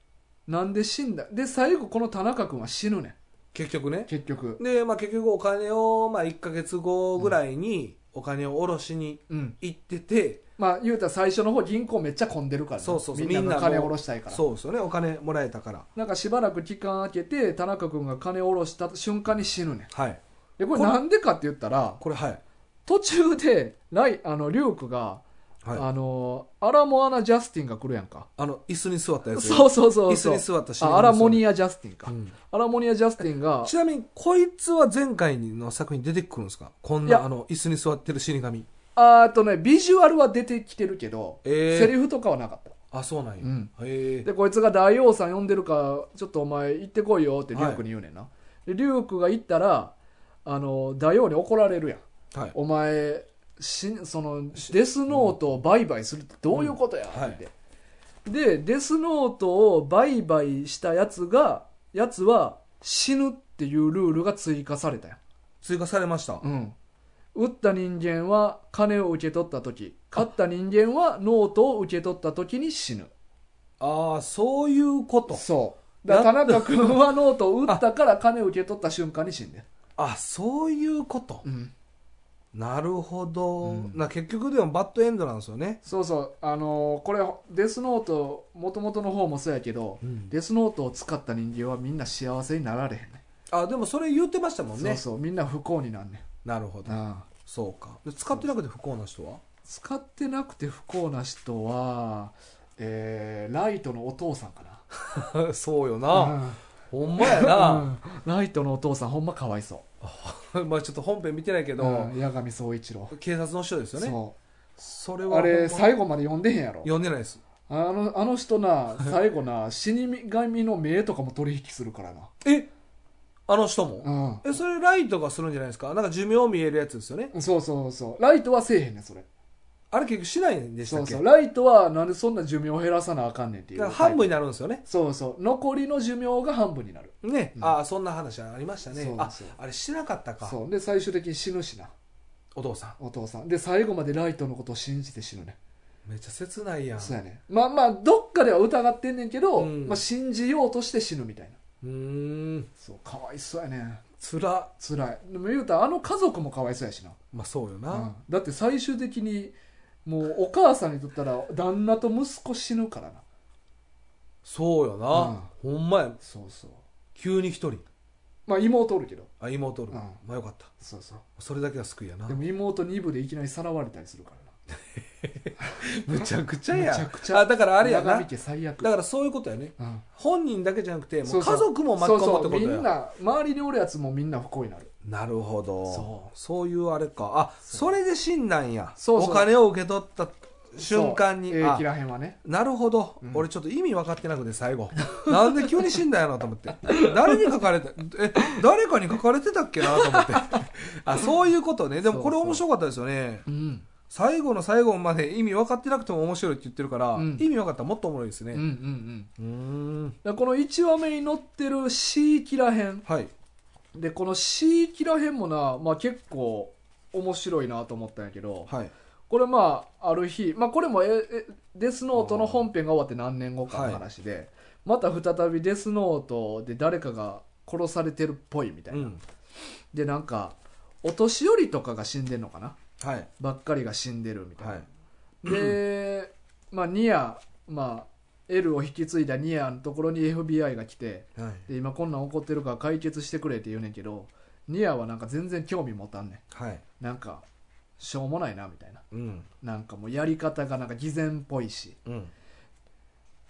Speaker 1: なんで死んだで最後この田中君は死ぬね
Speaker 2: 結局
Speaker 1: ん
Speaker 2: ね
Speaker 1: 結局
Speaker 2: で、まあ、結局お金を、まあ、1か月後ぐらいにお金を下ろしに
Speaker 1: うん
Speaker 2: 行ってて、
Speaker 1: まあ言うたら最初の方銀行めっちゃ混んでるからね、
Speaker 2: そうそうそう
Speaker 1: みんな
Speaker 2: みん
Speaker 1: が
Speaker 2: なもう
Speaker 1: 金下ろしたいから
Speaker 2: そうですよねお金もらえたから
Speaker 1: なんかしばらく期間空けて田中君が金下ろした瞬間に死ぬねん
Speaker 2: はい
Speaker 1: でこれ
Speaker 2: これ
Speaker 1: なんでかって言ったら
Speaker 2: これはい
Speaker 1: 途中でライあのリュウクが、
Speaker 2: はい
Speaker 1: あのアラモアナ・ジャスティンが来るやんか
Speaker 2: あの椅子に座ったやつ
Speaker 1: そうそうそう
Speaker 2: 椅子
Speaker 1: そう
Speaker 2: に座ったし
Speaker 1: あアラモニア・ジャスティンか、
Speaker 2: うん
Speaker 1: アラモニア・ジャスティンが
Speaker 2: ちなみにこいつは前回の作品出てくるんですかこん
Speaker 1: いや
Speaker 2: なあの椅子に座ってる死神
Speaker 1: あーっとねビジュアルは出てきてるけど、
Speaker 2: えー
Speaker 1: セリフとかはなかった
Speaker 2: あそうなんや、
Speaker 1: うん
Speaker 2: へえ
Speaker 1: でこいつが大王さん呼んでるからちょっとお前行ってこいよってリュウクに言うねんな、でリュウクが行ったらあの大王に怒られるやん
Speaker 2: はい
Speaker 1: お前しそのデスノートを売買するってどういうことやって、
Speaker 2: うんはい
Speaker 1: でデスノートを売買したやつがやつは死ぬっていうルールが追加されたやん
Speaker 2: 追加されました、
Speaker 1: うん打った人間は金を受け取った時勝った人間はノートを受け取った時に死ぬ
Speaker 2: ああそういうこと
Speaker 1: そうだから
Speaker 2: やっ
Speaker 1: 田中君はノートを打ったから金を受け取った瞬間に死んでん
Speaker 2: あそういうこと、
Speaker 1: うん
Speaker 2: なるほど、
Speaker 1: うん
Speaker 2: な結局でもバッドエンドなんですよね、
Speaker 1: そうそうあのーこれデスノート元々の方もそうやけど、デスノートを使った人間はみんな幸せになられへんね
Speaker 2: あでもそれ言ってましたもん
Speaker 1: そ
Speaker 2: ね
Speaker 1: うそうみんな不幸になんね
Speaker 2: なるほ
Speaker 1: ん
Speaker 2: どそうかで使ってなくて不幸な人は
Speaker 1: 使ってなくて不幸な人はえーライトのお父さんかな
Speaker 2: そう
Speaker 1: う
Speaker 2: よ
Speaker 1: ん
Speaker 2: ほんまや
Speaker 1: う、んライトのお父さんほんまかわいそ
Speaker 2: まあちょっと本編見てないけ
Speaker 1: う、
Speaker 2: ど、
Speaker 1: うん、八神総一郎
Speaker 2: 警察の人ですよね
Speaker 1: そ
Speaker 2: それ
Speaker 1: う
Speaker 2: は
Speaker 1: あれ
Speaker 2: ほんま
Speaker 1: 最後まで読んでへんやろ
Speaker 2: 読んでないです
Speaker 1: あのあの人な最後な死神の目とかも取引するからな
Speaker 2: えあの人も、
Speaker 1: う
Speaker 2: えそれライトがするんじゃないですかなんか寿命見えるやつですよね
Speaker 1: んそうそうそうライトはせえへんねんそれ
Speaker 2: あれ結局しないんでした
Speaker 1: そ
Speaker 2: っ
Speaker 1: う
Speaker 2: け
Speaker 1: そうライトはなんでそんな寿命を減らさなあかんねんってい
Speaker 2: だ
Speaker 1: う
Speaker 2: から半分になるんですよね
Speaker 1: そうそう残りの寿命が半分になる
Speaker 2: ね、
Speaker 1: うん
Speaker 2: ああそんな話ありましたね
Speaker 1: そう
Speaker 2: あ
Speaker 1: そう
Speaker 2: あれしてなかったか
Speaker 1: そうで最終的に死ぬしな
Speaker 2: お父さ
Speaker 1: お父さんで最後までライトのことを信じて死ぬね
Speaker 2: んめっちゃ切ないやん
Speaker 1: そうやねまあまあどっかでは疑ってんねんけど、
Speaker 2: うん
Speaker 1: まあ、信じようとして死ぬみたいな
Speaker 2: うーん
Speaker 1: そうかわいそうやね
Speaker 2: つら
Speaker 1: 辛いでも言うたらあの家族もかわいそうやしな、
Speaker 2: まあそうよな、
Speaker 1: うんだって最終的にもうお母さんにとったら旦那と息子死ぬからな
Speaker 2: そうよな、ほんまや
Speaker 1: そうそう
Speaker 2: 急に一人
Speaker 1: まあ妹おるけど
Speaker 2: あ妹おる、
Speaker 1: うん
Speaker 2: まあよかった
Speaker 1: そうそう
Speaker 2: それだけは救いやな
Speaker 1: でも妹2部でいきなりさらわれたりするからな
Speaker 2: むちゃくちゃや
Speaker 1: むちゃくちゃ
Speaker 2: あだからあれやな
Speaker 1: 長引
Speaker 2: だ
Speaker 1: け最悪
Speaker 2: からそういうことやね
Speaker 1: うん
Speaker 2: 本人だけじゃなくても
Speaker 1: そううそう
Speaker 2: 家族も巻き込むってことや
Speaker 1: そうそうみんな周りにおるやつもみんな不幸になる
Speaker 2: なるほど
Speaker 1: そ
Speaker 2: そういうあれかあそれで死んだんや
Speaker 1: そうそう
Speaker 2: お金を受け取った瞬間に
Speaker 1: そうえ
Speaker 2: あ
Speaker 1: ー、キラヘンはね
Speaker 2: なるほど、
Speaker 1: うん
Speaker 2: 俺ちょっと意味分かってなくて最後なんで急に死んだんやなと思って 誰に書かれてえ誰かに書かれてたっけなと思ってあそういうことねでもこれ
Speaker 1: そうそう
Speaker 2: 面白かったですよね
Speaker 1: うん
Speaker 2: 最後の最後まで意味分かってなくても面白いって言ってるから、
Speaker 1: うん
Speaker 2: 意味分かったらもっとおもろいです
Speaker 1: うんうんう
Speaker 2: ね
Speaker 1: ん
Speaker 2: うーん
Speaker 1: だからこの1話目に載ってる C キラヘン
Speaker 2: はい
Speaker 1: でこの C キラヘンもな、まあ、結構面白いなと思ったんやけど
Speaker 2: はい
Speaker 1: これまあある日、まあ、これもええデスノートの本編が終わって何年後かの話で、また再びデスノートで誰かが殺されてるっぽいみたいな、
Speaker 2: うん
Speaker 1: でなんかお年寄りとかが死んでるのかな
Speaker 2: はい
Speaker 1: ばっかりが死んでるみたいな、
Speaker 2: はい
Speaker 1: で、まあ、ニア、まあ、L を引き継いだニアのところに FBI が来て
Speaker 2: はい
Speaker 1: で今こんなん起こってるから解決してくれって言うねんけどニアはなんか全然興味持たんね
Speaker 2: はい
Speaker 1: んなんかしょうもないなみたいな
Speaker 2: うん
Speaker 1: なんかもうやり方がなんか偽善っぽいし
Speaker 2: うん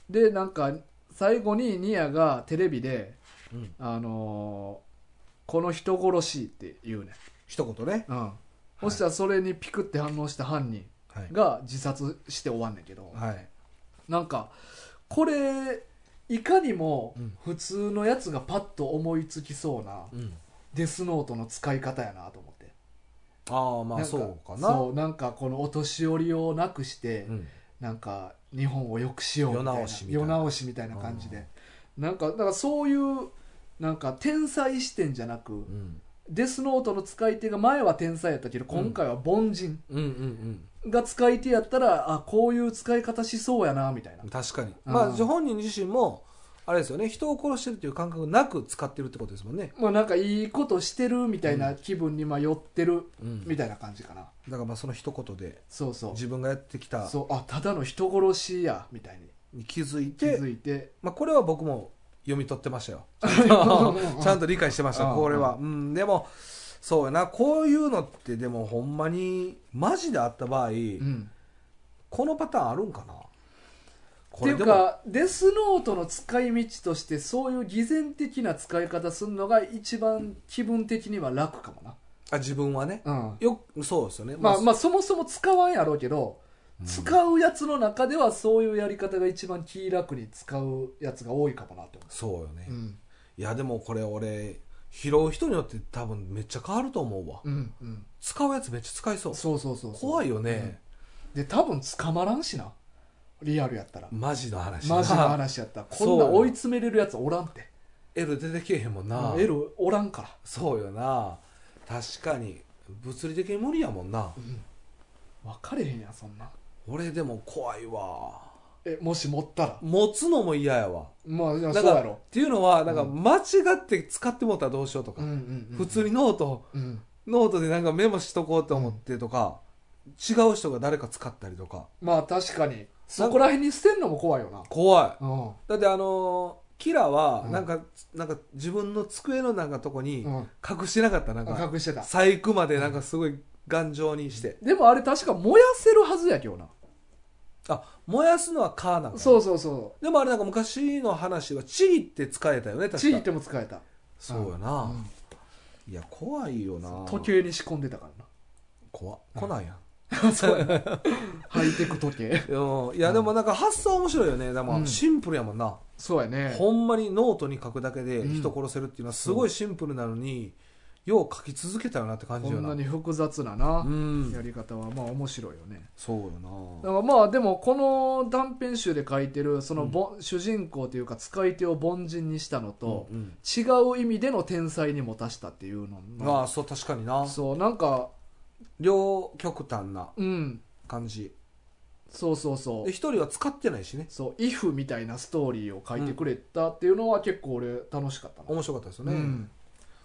Speaker 1: でなんか最後にニアがテレビで
Speaker 2: うん
Speaker 1: 「あのーこの人殺し」って言うね
Speaker 2: 一言ね
Speaker 1: ん、うんそしたらそれにピクって反応した犯人
Speaker 2: はい
Speaker 1: が自殺して終わんねんけど、
Speaker 2: はい
Speaker 1: なんかこれいかにも
Speaker 2: うん
Speaker 1: 普通のやつがパッと思いつきそうな
Speaker 2: うん
Speaker 1: デスノートの使い方やなと思って
Speaker 2: ああま
Speaker 1: な
Speaker 2: あ
Speaker 1: ん
Speaker 2: そうかな
Speaker 1: そうなんかこのお年寄りをなくして、
Speaker 2: うん
Speaker 1: なんか日本を良くしようみたいな
Speaker 2: 世直しみたいな
Speaker 1: 世直しみたいな感じでなんかだからそういうなんか天才視点じゃなく、
Speaker 2: うん
Speaker 1: デスノートの使い手が前は天才やったけど今回は凡人
Speaker 2: うんうん
Speaker 1: が使い手やったら、あこういう使い方しそうやなみたいな
Speaker 2: うん確かに
Speaker 1: うん
Speaker 2: まあじゃあ本人自身もあれですよね人を殺してるという感覚なく使ってるってことですもんね
Speaker 1: まあなんかいいことしてるみたいな気分にまあ寄ってる
Speaker 2: うん
Speaker 1: みたいな感じかな、
Speaker 2: だからまあその一言で
Speaker 1: そうそう
Speaker 2: 自分がやってきた
Speaker 1: そうあただの人殺しやみたいに
Speaker 2: に気づい
Speaker 1: 気
Speaker 2: て
Speaker 1: づいて
Speaker 2: まあこれは僕も読み取ってましたよ
Speaker 1: ん
Speaker 2: ちゃんと理解してました
Speaker 1: うん
Speaker 2: これはうんでもそうやなこういうのってでもほんまにマジであった場合
Speaker 1: うん
Speaker 2: このパターンあるんかな
Speaker 1: っ
Speaker 2: こ
Speaker 1: てい
Speaker 2: れ
Speaker 1: う
Speaker 2: でも
Speaker 1: かデスノートの使い道としてそういう偽善的な使い方するのが一番気分的には楽かもな
Speaker 2: あ自分はね
Speaker 1: うん
Speaker 2: よくそうですよね
Speaker 1: まあ
Speaker 2: まあ
Speaker 1: まあそもそも使わんやろうけど使うやつの中ではそういうやり方が一番気楽に使うやつが多いかもなって思
Speaker 2: そうよね
Speaker 1: ううん
Speaker 2: いやでもこれ俺拾う人によって多分めっちゃ変わると思うわ
Speaker 1: うんうん
Speaker 2: 使うやつめっちゃ使いそう
Speaker 1: そうそうそうそう
Speaker 2: 怖いよね
Speaker 1: で多分捕まらんしなリアルやったら
Speaker 2: マジの話
Speaker 1: マジの話やった らこんな
Speaker 2: そう
Speaker 1: 追い詰めれるやつおらんって
Speaker 2: L 出てけえへんもんな
Speaker 1: もうエロおらんから
Speaker 2: そうよな確かに物理的に無理やもんな
Speaker 1: 分かれへんやんそんな
Speaker 2: 俺でも怖いわ
Speaker 1: えもし持ったら
Speaker 2: 持つのも嫌やわ
Speaker 1: まあいやそ
Speaker 2: だ
Speaker 1: う
Speaker 2: から
Speaker 1: や
Speaker 2: っ
Speaker 1: ろ
Speaker 2: ていうのはなんか間違って使ってもったらどうしようとか、
Speaker 1: うんうんうん
Speaker 2: 普通にノート
Speaker 1: うん
Speaker 2: ノートでなんかメモしとこうと思ってとか、違う人が誰か使ったりとか
Speaker 1: まあ確かにそこら辺に捨てんのも怖いよな
Speaker 2: 怖い
Speaker 1: うん
Speaker 2: だってあのーキラは
Speaker 1: うん
Speaker 2: なんか、なんか自分の机のなんかとこに
Speaker 1: うん
Speaker 2: 隠してなかったなんか
Speaker 1: あ隠してた
Speaker 2: 細工までなんかすごい頑丈にして、
Speaker 1: でもあれ確か燃やせるはずやけどな
Speaker 2: あ燃やすのはカーなんかな
Speaker 1: そうそうそ
Speaker 2: でもあれなんか昔の話はちぎって使えたよね確
Speaker 1: う
Speaker 2: か
Speaker 1: ちぎっても使えた
Speaker 2: そうやな、
Speaker 1: うん
Speaker 2: いや怖いよな
Speaker 1: 時計に仕込んでたから
Speaker 2: 怖っ来ないやん
Speaker 1: なそうやなハイテク時計
Speaker 2: うんいやでもなんか発想面白いよねで
Speaker 1: う
Speaker 2: も
Speaker 1: ん
Speaker 2: シンプルやもんな、
Speaker 1: そうやね
Speaker 2: ほんまにノートに書くだけで
Speaker 1: うん
Speaker 2: 人殺せるっていうのはすごいシンプルなのに、よう書き続けたよなって感
Speaker 1: こ
Speaker 2: じよ
Speaker 1: ん
Speaker 2: な
Speaker 1: なに複雑なな、
Speaker 2: うん
Speaker 1: やり方はまあ面白いよね
Speaker 2: そうよ
Speaker 1: だ
Speaker 2: な
Speaker 1: からまあでもこの短編集で書いてるそのぼ、主人公というか使い手を凡人にしたのと、
Speaker 2: うんうん
Speaker 1: 違う意味での天才にもたしたっていうの
Speaker 2: ま
Speaker 1: の
Speaker 2: あそう確かにな
Speaker 1: そうなんか
Speaker 2: 両極端な
Speaker 1: うん
Speaker 2: 感じ
Speaker 1: そうそうそ
Speaker 2: で
Speaker 1: う
Speaker 2: 一人は使ってないしね
Speaker 1: そう「if」みたいなストーリーを書いてくれたっていうのは結構俺楽しかったな、
Speaker 2: 面白かったですよ
Speaker 1: う
Speaker 2: ね、
Speaker 1: ん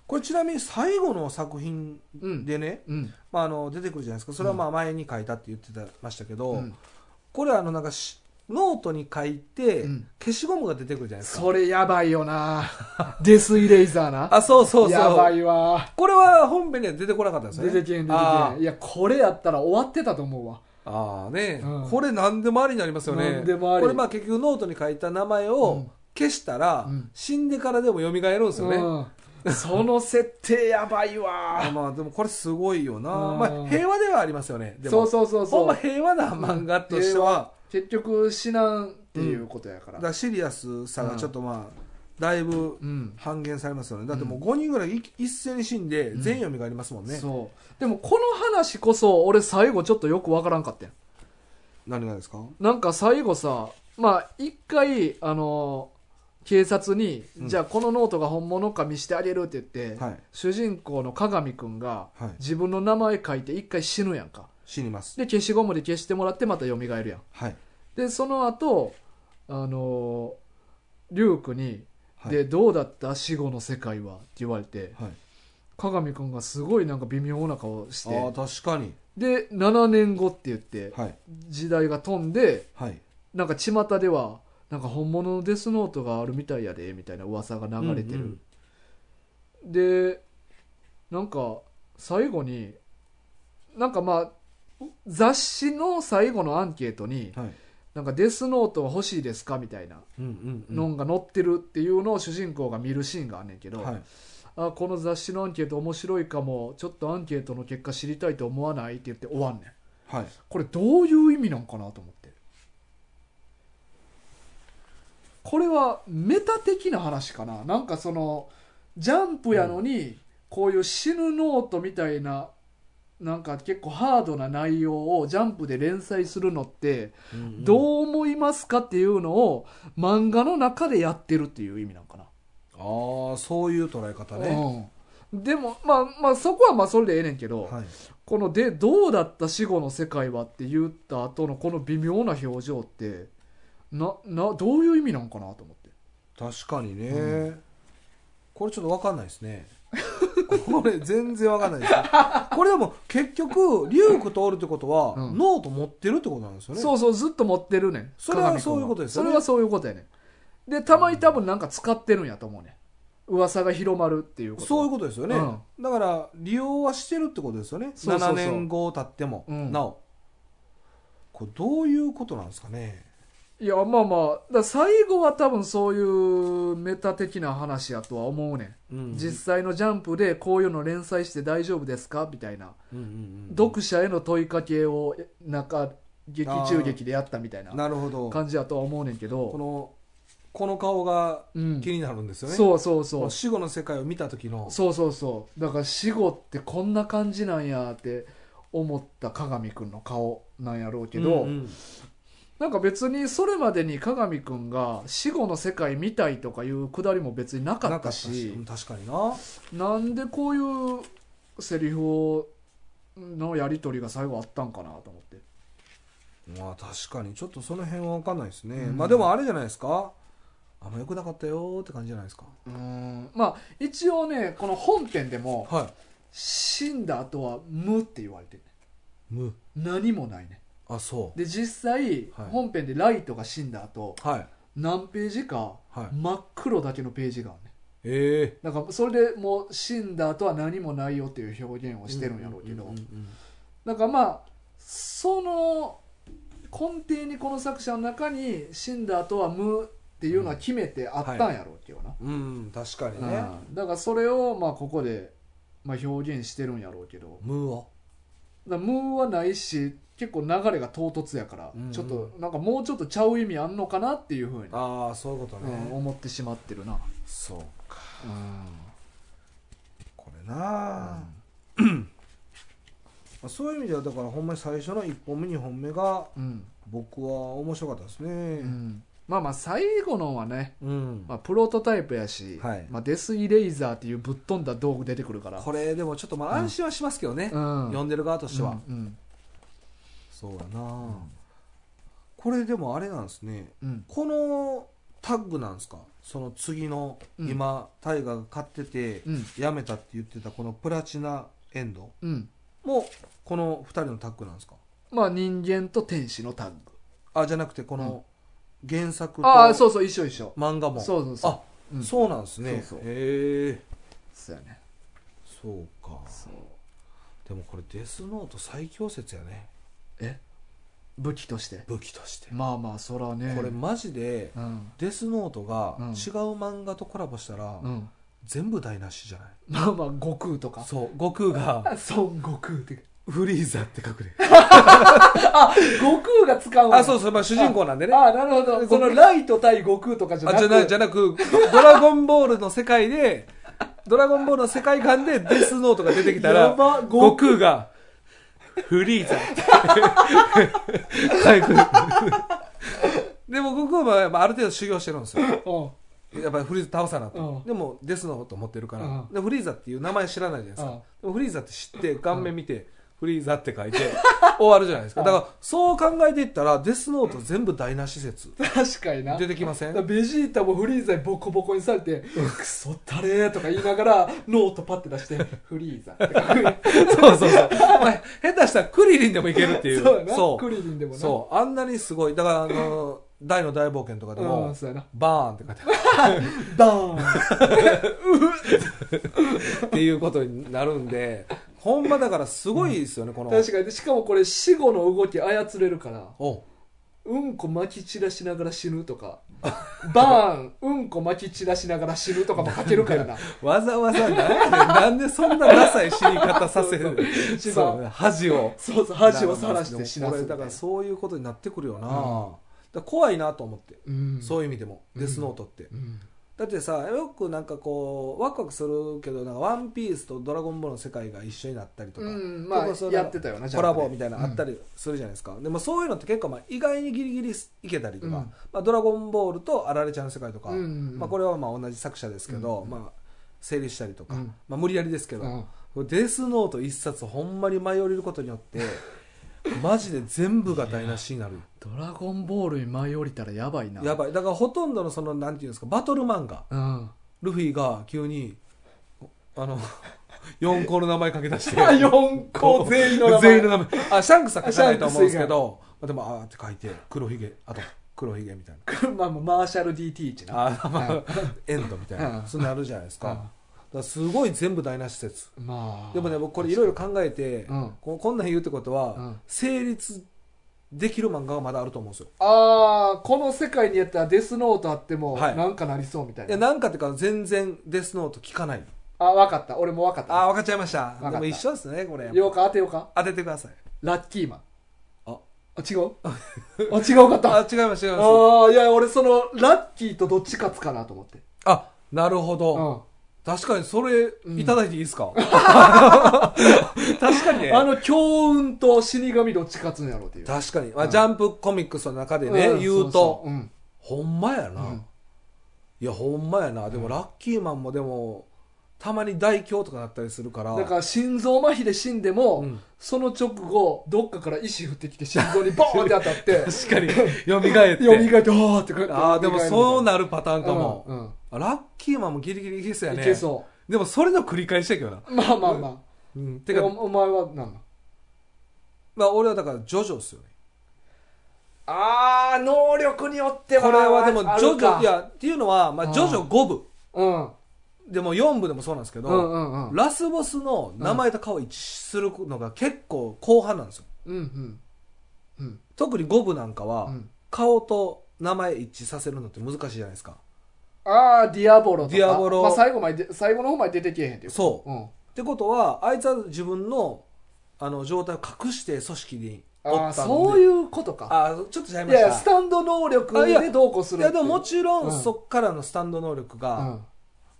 Speaker 2: これちなみに最後の作品
Speaker 1: うん
Speaker 2: でね、
Speaker 1: うん
Speaker 2: まあ、あの出てくるじゃないですかそれはまあ前に書いたって言ってたましたけど、
Speaker 1: うん
Speaker 2: これはあのなんかしノートに書いて、
Speaker 1: うん
Speaker 2: 消しゴムが出てくるじゃないですか
Speaker 1: それやばいよなデスイレイザーな
Speaker 2: あそうそう
Speaker 1: や
Speaker 2: そ
Speaker 1: ば
Speaker 2: う
Speaker 1: いわ
Speaker 2: これは本編には出てこなかったんですよ
Speaker 1: 出
Speaker 2: ね
Speaker 1: てけん出て
Speaker 2: あ
Speaker 1: けんいやこれやったら終わってたと思うわ
Speaker 2: ーあーね、
Speaker 1: うん
Speaker 2: これ何でもありになりますよね
Speaker 1: 何でもあり
Speaker 2: これまあ結局ノートに書いた名前
Speaker 1: う
Speaker 2: を
Speaker 1: ん
Speaker 2: 消したら、
Speaker 1: うん
Speaker 2: 死んでからでも蘇るんですよね、
Speaker 1: うん、その設定やばい
Speaker 2: あ
Speaker 1: わ
Speaker 2: まあでもこれすごいよな、
Speaker 1: うん
Speaker 2: まあ、平和ではありますよねで
Speaker 1: そ
Speaker 2: も
Speaker 1: うそうそう
Speaker 2: ほん
Speaker 1: そ
Speaker 2: ま
Speaker 1: う
Speaker 2: 平和な漫画としては、
Speaker 1: 結局死なんっていうことやから
Speaker 2: だからシリアスさがちょっとまあ、だいぶ
Speaker 1: うん、
Speaker 2: 半減されますよねだってもう5人ぐらいい一斉に死んで全員読みがありますもんね、
Speaker 1: そうでもこの話こそ俺最後ちょっとよくわからんかったん
Speaker 2: 何がですか
Speaker 1: なんか最後さまあ一回あの警察に、
Speaker 2: うん
Speaker 1: じゃあこのノートが本物か見してあげるって言って、
Speaker 2: はい
Speaker 1: 主人公の鏡くんが
Speaker 2: はい
Speaker 1: 自分の名前書いて一回死ぬやんか、
Speaker 2: 死にます
Speaker 1: で消しゴムで消してもらってまた蘇るやん
Speaker 2: はい
Speaker 1: でその後あのーリュウクに「
Speaker 2: はい
Speaker 1: でどうだった死後の世界は」って言われて
Speaker 2: はい
Speaker 1: 鏡くんがすごいなんか微妙な顔し
Speaker 2: あ
Speaker 1: て
Speaker 2: ー確かに
Speaker 1: で7年後って言って
Speaker 2: はい
Speaker 1: 時代が飛んで
Speaker 2: はい
Speaker 1: なんか巷ではなんか本物のデスノートがあるみたいやでみたいな噂が流れてる、でなんか最後になんかまあ雑誌の最後のアンケートに
Speaker 2: はい
Speaker 1: 「なんかデスノートは欲しいですか?」みたいな
Speaker 2: うんうんう
Speaker 1: の
Speaker 2: ん
Speaker 1: んが載ってるっていうのを主人公が見るシーンがあんねんけど、
Speaker 2: はい
Speaker 1: あこの雑誌のアンケート面白いかもちょっとアンケートの結果知りたいと思わないって言って終わんねん
Speaker 2: はい
Speaker 1: これどういう意味なんかなと思ってこれはメタ的な話かななんかそのジャンプやのにこういう死ぬノートみたいななんか結構ハードな内容をジャンプで連載するのって
Speaker 2: うんうん
Speaker 1: どう思いますかっていうのを漫画の中でやってるっていう意味なんかな
Speaker 2: ああそういう捉え方ね
Speaker 1: うん、でもまあまあそこはまあそれでええねんけど、
Speaker 2: はい
Speaker 1: こので「どうだった死後の世界は」って言った後のこの微妙な表情ってななどういう意味なんかなと思って
Speaker 2: 確かにね、
Speaker 1: う
Speaker 2: これちょっと分かんないですねこれ全然分かんないですねこれでも結局リュウクとおるってことは、
Speaker 1: うん
Speaker 2: ノート持ってるってことなんですよね
Speaker 1: そうそうずっと持ってるねん
Speaker 2: それは
Speaker 1: 鏡君
Speaker 2: そういうことですよ
Speaker 1: そ
Speaker 2: ね
Speaker 1: れはそういうことやねんでたまに多分なんか使ってるんやと思うねん噂が広まるっていうこと
Speaker 2: そういう
Speaker 1: こ
Speaker 2: ことですよね、
Speaker 1: う
Speaker 2: だから利用はしてるってことですよね
Speaker 1: そうそうそう
Speaker 2: 7年後経っても、
Speaker 1: うん
Speaker 2: なおこれどういうことなんですかね
Speaker 1: といやまあまあだから最後は多分そういうメタ的な話やとは思うねん
Speaker 2: うん
Speaker 1: 実際のジャンプでこういうの連載して大丈夫ですかみたいな、
Speaker 2: うんうんうん
Speaker 1: 読者への問いかけをえ中劇中劇でやったみたいな
Speaker 2: なるほど
Speaker 1: 感じやとは思うねんけ
Speaker 2: こ
Speaker 1: ど、
Speaker 2: のこの顔が
Speaker 1: うん
Speaker 2: 気、になるんですよね、
Speaker 1: そうそう
Speaker 2: こ
Speaker 1: そう
Speaker 2: の死後の世界を見た時の
Speaker 1: そうそうそうだから死後ってこんな感じなんやって思った鏡くんの顔なんやろうけど、
Speaker 2: うんうん
Speaker 1: なんか別にそれまでに鏡くんが死後の世界見たいとかいうくだりも別になか
Speaker 2: な
Speaker 1: った
Speaker 2: かった
Speaker 1: し
Speaker 2: しうん確かにな
Speaker 1: なんでこういうセリフをのやり取りが最後あったんかなと思って
Speaker 2: まあ確かにちょっとその辺は分かんないですね、
Speaker 1: うん
Speaker 2: まあでもあれじゃないですかあんま良くなかったよーって感じじゃないですか
Speaker 1: うーんまあ一応ねこの本編でも
Speaker 2: は
Speaker 1: 死んだ後は無って言われてるね
Speaker 2: いむ
Speaker 1: 何もないね
Speaker 2: あそ
Speaker 1: で実際、
Speaker 2: はい
Speaker 1: 本編でライトが死んだ後
Speaker 2: うはい
Speaker 1: 何ページか
Speaker 2: はい
Speaker 1: 真っ黒だけのページがあるね
Speaker 2: え
Speaker 1: なんかそれでもう死んだ後は何もないよっていう表現
Speaker 2: え
Speaker 1: をしてるんやろうけど、
Speaker 2: んんん
Speaker 1: なんかまあその根底にこの作者の中に死んだ後は無っていうのは決めてあったんやろうけどな、
Speaker 2: うん、うん確かにね
Speaker 1: うんだからそれをまあここで、まあ、表現してるんやろうけど
Speaker 2: むは
Speaker 1: だから無はないし結構流れが唐突やから、
Speaker 2: うんうん
Speaker 1: ちょっとなんかもうちょっとちゃう意味あんのかなっていうふうに、
Speaker 2: ああそういうことね、
Speaker 1: うん思ってしまってるな、
Speaker 2: そうか
Speaker 1: う
Speaker 2: これなあ、まあそういう意味ではだからほんまに最初の1本目2本目が
Speaker 1: んうん
Speaker 2: 僕は面白かったです
Speaker 1: う
Speaker 2: ね
Speaker 1: んまあまあ最後のはね、
Speaker 2: うん、
Speaker 1: まあ、プロトタイプやし、
Speaker 2: はい
Speaker 1: まあ、デスイレイザーっていうぶっ飛んだ道具出てくるから
Speaker 2: これでもちょっとまあ安心はしますけどね、
Speaker 1: うん
Speaker 2: 読んでる側としては、
Speaker 1: うんうん
Speaker 2: そうやな、これでもあれなんですね
Speaker 1: うん
Speaker 2: このタッグなんですかその次の
Speaker 1: うん
Speaker 2: 今、タイガーが買ってて
Speaker 1: うん
Speaker 2: やめたって言ってたこのプラチナエンド
Speaker 1: うん
Speaker 2: もこの2人のタッグなんですか
Speaker 1: まあ人間と天使のタッグ
Speaker 2: あじゃなくてこの原作と
Speaker 1: ああそうそう一緒一緒
Speaker 2: 漫画も
Speaker 1: そうそうそう
Speaker 2: あ、
Speaker 1: うん
Speaker 2: そうなんですね
Speaker 1: そうそう
Speaker 2: へえ
Speaker 1: そうやね
Speaker 2: そうか
Speaker 1: そう
Speaker 2: でもこれデスノート最強説やね
Speaker 1: え武器として
Speaker 2: 武器として、
Speaker 1: まあまあそらね
Speaker 2: これマジで
Speaker 1: うん、
Speaker 2: デスノートが
Speaker 1: うん
Speaker 2: 違う漫画とコラボしたら、
Speaker 1: うん、
Speaker 2: 全部台無しじゃない
Speaker 1: まあまあ悟空とか
Speaker 2: そう悟空が
Speaker 1: あ孫悟空って
Speaker 2: フリーザって書くね
Speaker 1: あ悟空が使う
Speaker 2: あそう
Speaker 1: そ
Speaker 2: そう、まあ、主人公なんでねあ
Speaker 1: あなるほどこのライト対悟空とかじゃなく
Speaker 2: じゃなじゃなくドドラゴンボールの世界でドラゴンボールの世界観でデスノートが出てきた
Speaker 1: や
Speaker 2: ら
Speaker 1: ば
Speaker 2: 悟空がフリーザって書いてくる でも悟空はまあある程度修行してるんですよ
Speaker 1: うん
Speaker 2: やっぱりフリーザ倒さなと、
Speaker 1: うん
Speaker 2: でもデスノート持ってるから、
Speaker 1: うん
Speaker 2: でフリーザっていう名前知らないじゃないですか、
Speaker 1: うん
Speaker 2: でもフリーザって知って顔面見て、フリーザって書いて終わるじゃないですかだからそう考えていったらデスノート全部ダイナ施設
Speaker 1: 確かにな
Speaker 2: 出てきませ
Speaker 1: だ
Speaker 2: ん
Speaker 1: からベジータもフリーザにボコボコにされて「クソったれ」とか言いながらノートパッて出 して「フリーザ」とか
Speaker 2: そうそうそう。まあ、下手したらクリリンでもいけるっていう。
Speaker 1: そうやな
Speaker 2: そ
Speaker 1: クリリンでも
Speaker 2: う。
Speaker 1: な
Speaker 2: そうあんなにすごい。だから、あの、大の大冒険とかで
Speaker 1: う
Speaker 2: も
Speaker 1: ん、そうやな
Speaker 2: バーンって書いてあ
Speaker 1: バーン
Speaker 2: るっていうことになるんで、ほんまだからすごいですよね、この。
Speaker 1: 確かにでしかもこれ死後の動き操れるから
Speaker 2: お
Speaker 1: うんこまき散らしながら死ぬと かバーンうんこまき散らしながら死ぬとかも書けるからな
Speaker 2: わざわざなんやねんなんでそんなダサい死に方さ せる
Speaker 1: 一番
Speaker 2: そうね恥を。
Speaker 1: そうそう恥をさらして死な
Speaker 2: こ
Speaker 1: す
Speaker 2: れ
Speaker 1: みたいな
Speaker 2: だからそういうことになってくるよな。
Speaker 1: うん
Speaker 2: だから怖いなと思って。
Speaker 1: うん
Speaker 2: そういう意味でも、デスノートって。
Speaker 1: うん
Speaker 2: だってさよくなんかこうワクワクするけど「なんかワンピースと「ドラゴンボール」の世界が一緒になったりとか、
Speaker 1: うんまあ
Speaker 2: 結構そういう
Speaker 1: やってたよな
Speaker 2: コラボみたいなのあった
Speaker 1: り
Speaker 2: りするじゃないですか、でもそういうのって結構まあ意外にギリギリいけたりとか「
Speaker 1: うん
Speaker 2: まあ、ドラゴンボール」と「あられちゃんの世界」とか、まあ、こ
Speaker 1: れ
Speaker 2: れはまあ同じ作者ですけど、
Speaker 1: うん
Speaker 2: まあ、整理したりとか、
Speaker 1: うん
Speaker 2: まあ、無理やりですけど、デスノート一冊ほんまに舞い降りることに よってマジで全部が台無しになる
Speaker 1: ドラゴンボールに舞い降りたらやばいな
Speaker 2: やばいだからほとんどのそのなんていうんですかバトル漫画
Speaker 1: うん
Speaker 2: ルフィが急に あの4校の名前書き出して
Speaker 1: 4個全員の名前
Speaker 2: 全員の名前あシャンクスは書かないと思うんですけどまあでもあーって書いて黒ひげあと黒ひげみたい な
Speaker 1: まあマーシャル DT 一な
Speaker 2: あー、まあ、エンドみたいな
Speaker 1: うん
Speaker 2: そうなるじゃないですか
Speaker 1: うん
Speaker 2: だからすごい全部台無し説
Speaker 1: まあ
Speaker 2: でもね僕これいろいろ考えて
Speaker 1: うん
Speaker 2: ここんなん言うってこと
Speaker 1: う
Speaker 2: は
Speaker 1: ん
Speaker 2: 成立できる漫画がまだあると思うんですよ
Speaker 1: ああこの世界にやったらデスノートあっても
Speaker 2: はい
Speaker 1: なんかなりそうみたい
Speaker 2: い
Speaker 1: な、
Speaker 2: やなんかっていうか全然デスノート聞かない
Speaker 1: あ分かった俺も分かっ
Speaker 2: あ
Speaker 1: た
Speaker 2: ー分かっちゃいました
Speaker 1: かった
Speaker 2: でも一緒ですねこれ
Speaker 1: ようか当てようか
Speaker 2: 当ててください
Speaker 1: ラッキーマン
Speaker 2: あ
Speaker 1: あ違うあ違うかったあ
Speaker 2: あ違います違います
Speaker 1: あーいや俺そのラッキーとどっち勝つかなと思って
Speaker 2: あなるほど、
Speaker 1: う
Speaker 2: 確かにそれ
Speaker 1: うん
Speaker 2: いただいていいで すか、確かにね
Speaker 1: んあの強運と死神どっち勝つんやろうっていう
Speaker 2: 確かに、まあ
Speaker 1: うん
Speaker 2: ジャンプコミックスの中でね、
Speaker 1: ん
Speaker 2: 言
Speaker 1: そ
Speaker 2: うと
Speaker 1: そうん
Speaker 2: ほんまやな、
Speaker 1: うん
Speaker 2: いやほんまやなでもラッキーマンもでもたまに大凶とかなったりするから
Speaker 1: だから心臓麻痺で死んでも、
Speaker 2: うん
Speaker 1: その直後どっかから石降ってきて心臓にボーンって当たって
Speaker 2: 確かに蘇って
Speaker 1: よみがえってあーってこうやって
Speaker 2: ああでもそう
Speaker 1: な
Speaker 2: なるパターンかも、
Speaker 1: うんうん
Speaker 2: あラッキーマンもギリギリいけそうや
Speaker 1: い
Speaker 2: ね
Speaker 1: けそ
Speaker 2: でもそれの繰り返しやけどな、
Speaker 1: うまあまあまあ
Speaker 2: うん、て
Speaker 1: て
Speaker 2: か
Speaker 1: か、おお前は何の
Speaker 2: まあ、俺はだからジョジョっすよね
Speaker 1: ああ能力によっては
Speaker 2: これはでもジ
Speaker 1: あ
Speaker 2: ョ
Speaker 1: る
Speaker 2: ジ
Speaker 1: か
Speaker 2: ョいやっていうのは、まあ、ジョジョ5部
Speaker 1: うん
Speaker 2: でも4部でもそうなんですけど、
Speaker 1: うんうんうん
Speaker 2: ラスボスの名前と顔一致するのが結構後半なんですよ
Speaker 1: うんうんうん
Speaker 2: 特に5部なんか
Speaker 1: う
Speaker 2: は
Speaker 1: ん
Speaker 2: 顔と名前一致させるのって難しいじゃないですか
Speaker 1: ああディアボロとか
Speaker 2: ディアボロ
Speaker 1: まあ、最後まで最後の方まで出てけえへんっていう
Speaker 2: そう
Speaker 1: うん
Speaker 2: ってことはあいつは自分のあの状態を隠して組織にお
Speaker 1: ああ
Speaker 2: ったんで
Speaker 1: そういうことか
Speaker 2: あーちょっとちゃい
Speaker 1: い
Speaker 2: ま
Speaker 1: やい
Speaker 2: し
Speaker 1: や
Speaker 2: た
Speaker 1: スタンド能力
Speaker 2: あいや
Speaker 1: でどうこうす
Speaker 2: い
Speaker 1: る
Speaker 2: やでももちろ
Speaker 1: うん
Speaker 2: んそっからのスタンド能力
Speaker 1: ろ
Speaker 2: が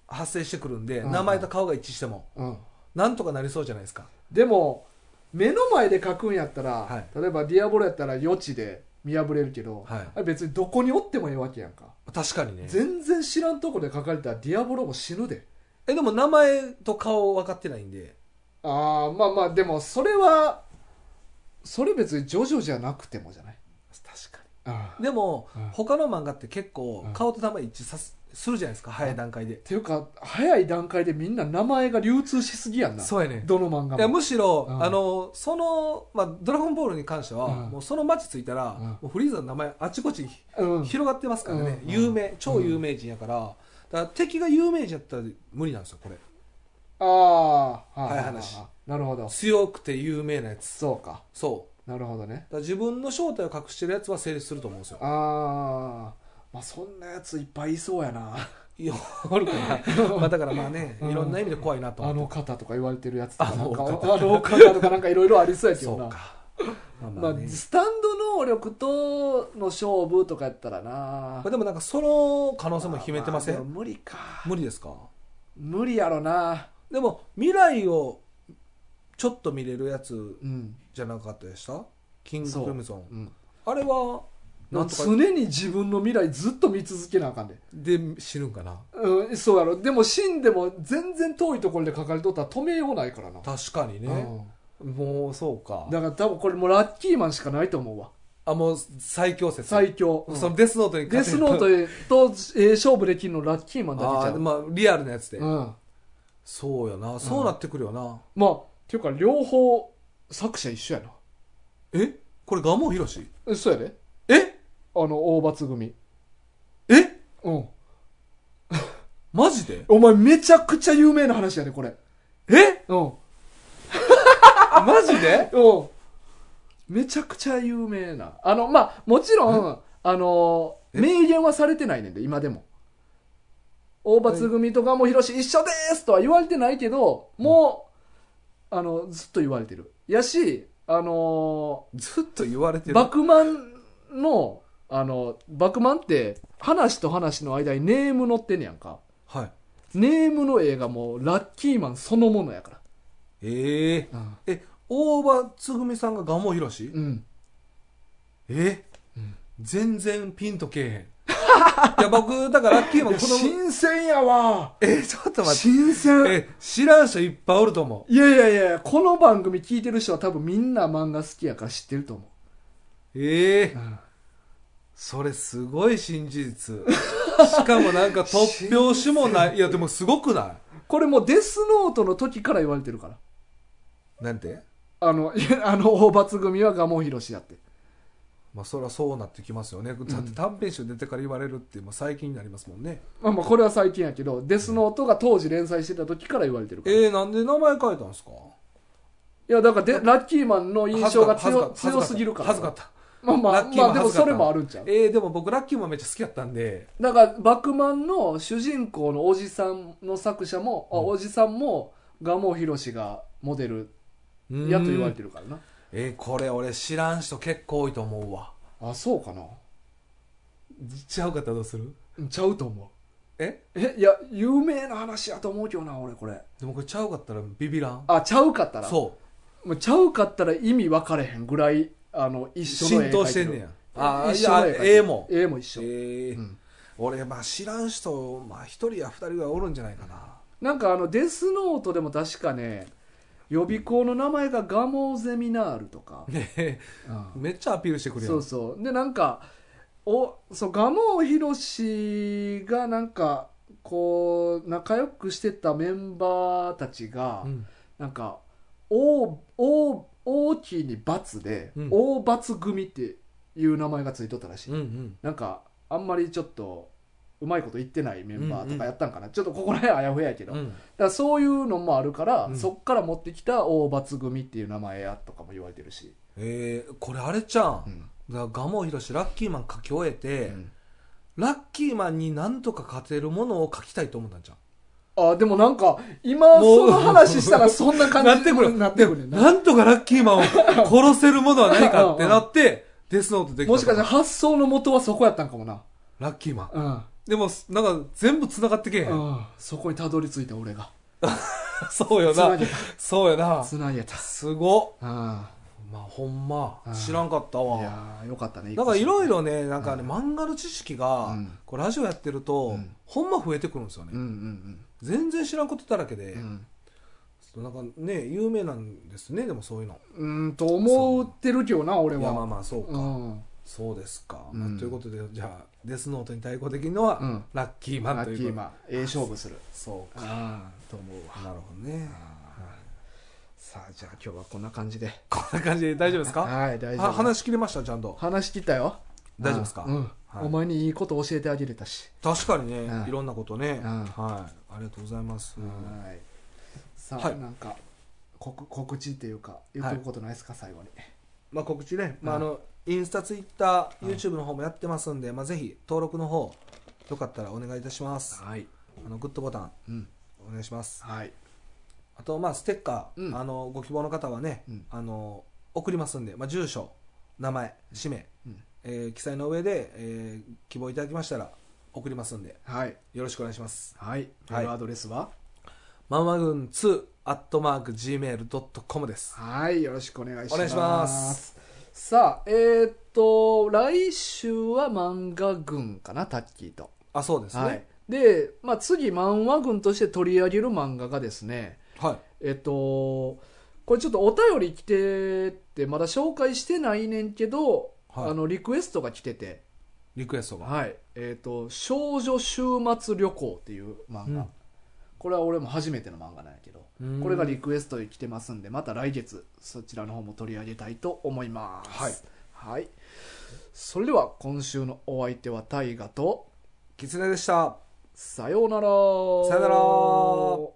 Speaker 2: 発生してくるんで、
Speaker 1: うん
Speaker 2: 名前と顔が一致しても
Speaker 1: うん、うん
Speaker 2: なんとかなりそうじゃないですか
Speaker 1: でも目の前で書くんやったら、
Speaker 2: は
Speaker 1: 例えばディアボロやったら余地で見破れるけど、
Speaker 2: はい
Speaker 1: あれ別にどこにおってもいいわけやんか、
Speaker 2: 確かにね
Speaker 1: 全然知らんとこで書かれたらディアボロも死ぬで
Speaker 2: えでも名前と顔分かってないんで
Speaker 1: ああまあまあでもそれはそれ別にジョジョじゃなくてもじゃない
Speaker 2: 確か
Speaker 1: あ
Speaker 2: にでも、
Speaker 1: うん
Speaker 2: 他の漫画って結構
Speaker 1: うん
Speaker 2: 顔と名前一致さすするじゃないですか、早い段階で
Speaker 1: っ、ていうか早い段階でみんな名前が流通しすぎやんな
Speaker 2: そうやね
Speaker 1: どの漫
Speaker 2: いや
Speaker 1: 画も
Speaker 2: むしろ、
Speaker 1: うん
Speaker 2: あのその、まあ、ドラゴンボールに関しては、
Speaker 1: うん
Speaker 2: もうその街着いたら、
Speaker 1: うん
Speaker 2: もうフリーザの名前あちこちに
Speaker 1: うん
Speaker 2: 広がってますからね、
Speaker 1: うん
Speaker 2: 有名超有名人やから、だから敵が有名人やったら無理なんですよこれ
Speaker 1: ああは
Speaker 2: 早い話
Speaker 1: なるほど
Speaker 2: 強くて有名なやつ
Speaker 1: そうか
Speaker 2: そ
Speaker 1: なるほどね
Speaker 2: うだから自分の正体を隠してるやつは成立すると思うんですよ
Speaker 1: ああまあそんなやついっぱいいそうや ない
Speaker 2: やおるか なまあだからまあねいろんな意味で怖いなと思
Speaker 1: あ
Speaker 2: って
Speaker 1: の方とか言われてるやつとか
Speaker 2: あ
Speaker 1: な
Speaker 2: の
Speaker 1: んか
Speaker 2: お
Speaker 1: あの方とかなんかいろいろありそうやけ
Speaker 2: そ
Speaker 1: どな
Speaker 2: うか
Speaker 1: ま
Speaker 2: まあ
Speaker 1: あ
Speaker 2: ね
Speaker 1: スタンド能力との勝負とかやったらな
Speaker 2: まあでもなんかその可能性も秘めてませ
Speaker 1: ああで
Speaker 2: ん
Speaker 1: も無理か
Speaker 2: 無理ですか
Speaker 1: 無理やろな
Speaker 2: でも未来をちょっと見れるやつ
Speaker 1: うん、
Speaker 2: じゃなかったでしたキング
Speaker 1: そう
Speaker 2: クリムゾン
Speaker 1: うん、
Speaker 2: あれはなんとか
Speaker 1: 常に自分の未来ずっと見続けなあかんで、
Speaker 2: で死ぬんかな
Speaker 1: うん、そうやろでも死んでも全然遠いところで書かれとったら止めようないからな
Speaker 2: 確かにね、
Speaker 1: うん
Speaker 2: もうそうか
Speaker 1: だから多分これもうラッキーマンしかないと思うわ
Speaker 2: あもう最強説
Speaker 1: 最強、
Speaker 2: そのデスノートに
Speaker 1: デス
Speaker 2: 勝て る
Speaker 1: ノートでと、えー勝負できるのラッキーマンだけじ
Speaker 2: あ
Speaker 1: ゃ
Speaker 2: ー
Speaker 1: ん
Speaker 2: まあリアルなやつで、
Speaker 1: うん
Speaker 2: そうやなそうなってくるよな、
Speaker 1: まあっていうか両方作者一緒やな
Speaker 2: えこれ蒲生博士
Speaker 1: えそうやで
Speaker 2: え
Speaker 1: あの大罰組
Speaker 2: え
Speaker 1: うん
Speaker 2: マジで
Speaker 1: お前めちゃくちゃ有名な話やねこれ
Speaker 2: え
Speaker 1: うんうん
Speaker 2: マジで
Speaker 1: めちゃくちゃ有名なあのまあもちろんあの
Speaker 2: え
Speaker 1: 明言はされてないねんで今でも大罰組とかも広し一緒ですとは言われてないけどもう、あのずっと言われてるやしあの
Speaker 2: ずっと言われてる
Speaker 1: バクマンの、あの、バクマンって、話と話の間にネーム載ってんねやんか。
Speaker 2: はい
Speaker 1: ネームの映画もうラッキーマンそのものやか
Speaker 2: ええ
Speaker 1: ら。うん。
Speaker 2: え大場つぐみさんが蒲生博士
Speaker 1: うん。
Speaker 2: え、
Speaker 1: うん
Speaker 2: 全然ピンとけえへん いや僕だからラッキーマン子供
Speaker 1: 鮮やわ
Speaker 2: えちょっと待って
Speaker 1: 新鮮
Speaker 2: え知らん人いっぱいおると思
Speaker 1: いやいやいや、この番組聞いてる人は多分みんな漫画好きやから知ってると思
Speaker 2: うええ
Speaker 1: う。うん。
Speaker 2: それすごい新事実しかもなんか突拍子も ないいやでもすごくな
Speaker 1: これもうデスノートの時から言われてるから。
Speaker 2: いなんて
Speaker 1: あの、いやあの、大罰組はガモヒロシやって。
Speaker 2: まあそりゃそうなってきますよねだって短編集出てから言われるってもう最近になりますもんね
Speaker 1: まあまあ、これは最近やけど、デスノートが当時連載してた時から言われてるから。
Speaker 2: えー、なんで名前変えたんですか
Speaker 1: いやだからでラッキーマンの印象が
Speaker 2: 恥ず
Speaker 1: 強
Speaker 2: か恥ず
Speaker 1: 強
Speaker 2: か
Speaker 1: すぎるから
Speaker 2: 恥ずかった
Speaker 1: まあまあ
Speaker 2: ラッキー
Speaker 1: ま
Speaker 2: マン
Speaker 1: あでも
Speaker 2: 恥ずか
Speaker 1: そ
Speaker 2: った
Speaker 1: れもあるんちゃう
Speaker 2: えー、でも僕ラッキーマンめっちゃ好きやったんで
Speaker 1: だからバクマンの主人公のおじさんの作者も、あ
Speaker 2: うん
Speaker 1: おじさんも蒲生宏がモデルやと言われてるからな
Speaker 2: えーこれ俺知らん人結構多いと思うわ
Speaker 1: あそうかな
Speaker 2: ちゃうかったらどうする
Speaker 1: うんちゃうと思
Speaker 2: え
Speaker 1: うえいや有名な話やと思うけどな俺これ
Speaker 2: でもこれちゃうかったらビビらん
Speaker 1: あちゃうかったら
Speaker 2: そ
Speaker 1: もうちゃうかったら意味分かれへんぐらいあの
Speaker 2: う
Speaker 1: 一緒の
Speaker 2: 浸
Speaker 1: 絵
Speaker 2: 透
Speaker 1: 描い
Speaker 2: して
Speaker 1: て
Speaker 2: ん
Speaker 1: る
Speaker 2: ねやあー
Speaker 1: 一
Speaker 2: い
Speaker 1: 緒の
Speaker 2: や
Speaker 1: 絵描いてる
Speaker 2: ええもん
Speaker 1: 絵も一緒、
Speaker 2: ええ
Speaker 1: うん
Speaker 2: 俺まあ知らん人まあ一人や二人ぐらいおるんじゃないかな
Speaker 1: なんかあのデスノートでも確かね予備校の名前がガモゼミナールとか、
Speaker 2: ね
Speaker 1: うん
Speaker 2: めっちゃアピールしてくるやん
Speaker 1: そうそうでなんかおそうガモヒロシがなんかこう仲良くしてたメンバーたちが、
Speaker 2: うん
Speaker 1: なんか大大大きいに罰で、
Speaker 2: うん
Speaker 1: 大罰組っていう名前がついとったらしい、
Speaker 2: うんうん
Speaker 1: なんかあんまりちょっとうまいこと言ってないメンバー
Speaker 2: うんう
Speaker 1: と
Speaker 2: ん
Speaker 1: かやったんかな、ちょっとここら辺あやふややけど、
Speaker 2: う
Speaker 1: だか
Speaker 2: ん
Speaker 1: らそういうのもあるから、
Speaker 2: うん
Speaker 1: そっから持ってきた大罰組っていう名前やとかも言われてるし、
Speaker 2: えーこれあれちゃ
Speaker 1: うんん
Speaker 2: だから蒲生宏ラッキーマン書き終えて、
Speaker 1: うん
Speaker 2: ラッキーマンになんとか勝てるものを書きたいと思ったんじゃん
Speaker 1: あでもなんか今
Speaker 2: もう
Speaker 1: その話したらそんな感じ
Speaker 2: なってくる
Speaker 1: なってくるねんな
Speaker 2: なんとかラッキーマン を殺せるものはないかってなってデスノートできた
Speaker 1: もしかしたら発想の元はそこやったんかもな
Speaker 2: ラッキーマン
Speaker 1: うん、
Speaker 2: でもなんか全部繋がってけえへん、
Speaker 1: うん、そこにたどり着いた俺が
Speaker 2: そうよ
Speaker 1: つな
Speaker 2: な
Speaker 1: げ
Speaker 2: そうよ
Speaker 1: た
Speaker 2: な
Speaker 1: つなげた
Speaker 2: すごっ
Speaker 1: うん
Speaker 2: まあほんま
Speaker 1: うん
Speaker 2: 知らんかった
Speaker 1: い
Speaker 2: わ
Speaker 1: やーよかったね
Speaker 2: なんかいろいろねなんかね、
Speaker 1: う
Speaker 2: 漫画の知識が、
Speaker 1: うん
Speaker 2: こうラジオやってると、
Speaker 1: うん
Speaker 2: ほんま増えてくるんですよね、
Speaker 1: うんうん
Speaker 2: 全然知らんことだらけで、
Speaker 1: うんうん
Speaker 2: なんかね有名なんですねでもそういうの
Speaker 1: うんと思ってるけどな俺
Speaker 2: いやまあ
Speaker 1: は
Speaker 2: まあそうか、
Speaker 1: うん
Speaker 2: そうですか、
Speaker 1: うん
Speaker 2: まあということでじゃあデスノートに対抗できるのは、
Speaker 1: うん
Speaker 2: ラッキーマン
Speaker 1: ラ
Speaker 2: とい
Speaker 1: ッ
Speaker 2: う
Speaker 1: キー
Speaker 2: こと
Speaker 1: マンええ勝負する
Speaker 2: そうか
Speaker 1: ああと思うわ
Speaker 2: なるほどね
Speaker 1: さあじゃあ今日はこんな感じで
Speaker 2: こんな感じで大丈夫ですか
Speaker 1: はい大丈
Speaker 2: は
Speaker 1: 夫
Speaker 2: 話し切れましたちゃんと
Speaker 1: 話聞いたよ
Speaker 2: 大丈夫ですか、
Speaker 1: うん
Speaker 2: はい
Speaker 1: お前にいいこと教えてあげれたし
Speaker 2: 確かにね、
Speaker 1: うん
Speaker 2: いろんなことね、
Speaker 1: ん
Speaker 2: はいありがとうございます、
Speaker 1: はい。さあ、
Speaker 2: はい
Speaker 1: なんか告告知っていうか言っておくことないですか、最後に。
Speaker 2: まあ、告知ね、まあ、あ
Speaker 1: うん
Speaker 2: のインスタツイッター
Speaker 1: うん
Speaker 2: YouTube の方もやってますんで、まあ、ぜひ登録の方よかったらお願いいたします
Speaker 1: はい。
Speaker 2: あのグッドボタン
Speaker 1: うん。
Speaker 2: お願いします
Speaker 1: はい。
Speaker 2: あとまあステッカー、
Speaker 1: うん
Speaker 2: あのご希望の方はね、
Speaker 1: うん
Speaker 2: あの送りますんで、まあ、住所名前氏名、
Speaker 1: うん
Speaker 2: えー記載の上で、えー希望いただきましたら送りますんで
Speaker 1: はい。
Speaker 2: よろしくお願いします
Speaker 1: はい。メールアドレスは、
Speaker 2: マンマグン2アットマーク Gmail.com です
Speaker 1: はい、よろしくお願いします。
Speaker 2: お願いします
Speaker 1: さあ、えーっと、来週は漫画軍かな、タッキーと。
Speaker 2: あそうですね
Speaker 1: はい。で、まあ、次、漫画軍として取り上げる漫画がですね、
Speaker 2: はい、
Speaker 1: えっと、これちょっとお便り来てってまだ紹介してないねんけど、
Speaker 2: はい
Speaker 1: あのリクエストが来てて、
Speaker 2: リクエストが、
Speaker 1: はいえーと「少女週末旅行」っていう漫画、
Speaker 2: うん
Speaker 1: これは俺も初めての漫画なんやけどこれがリクエストで来てますんでまた来月そちらの方も取り上げたいと思います
Speaker 2: はい、
Speaker 1: はい、それでは今週のお相手は大ガと
Speaker 2: キツネでした
Speaker 1: さようなら
Speaker 2: さようなら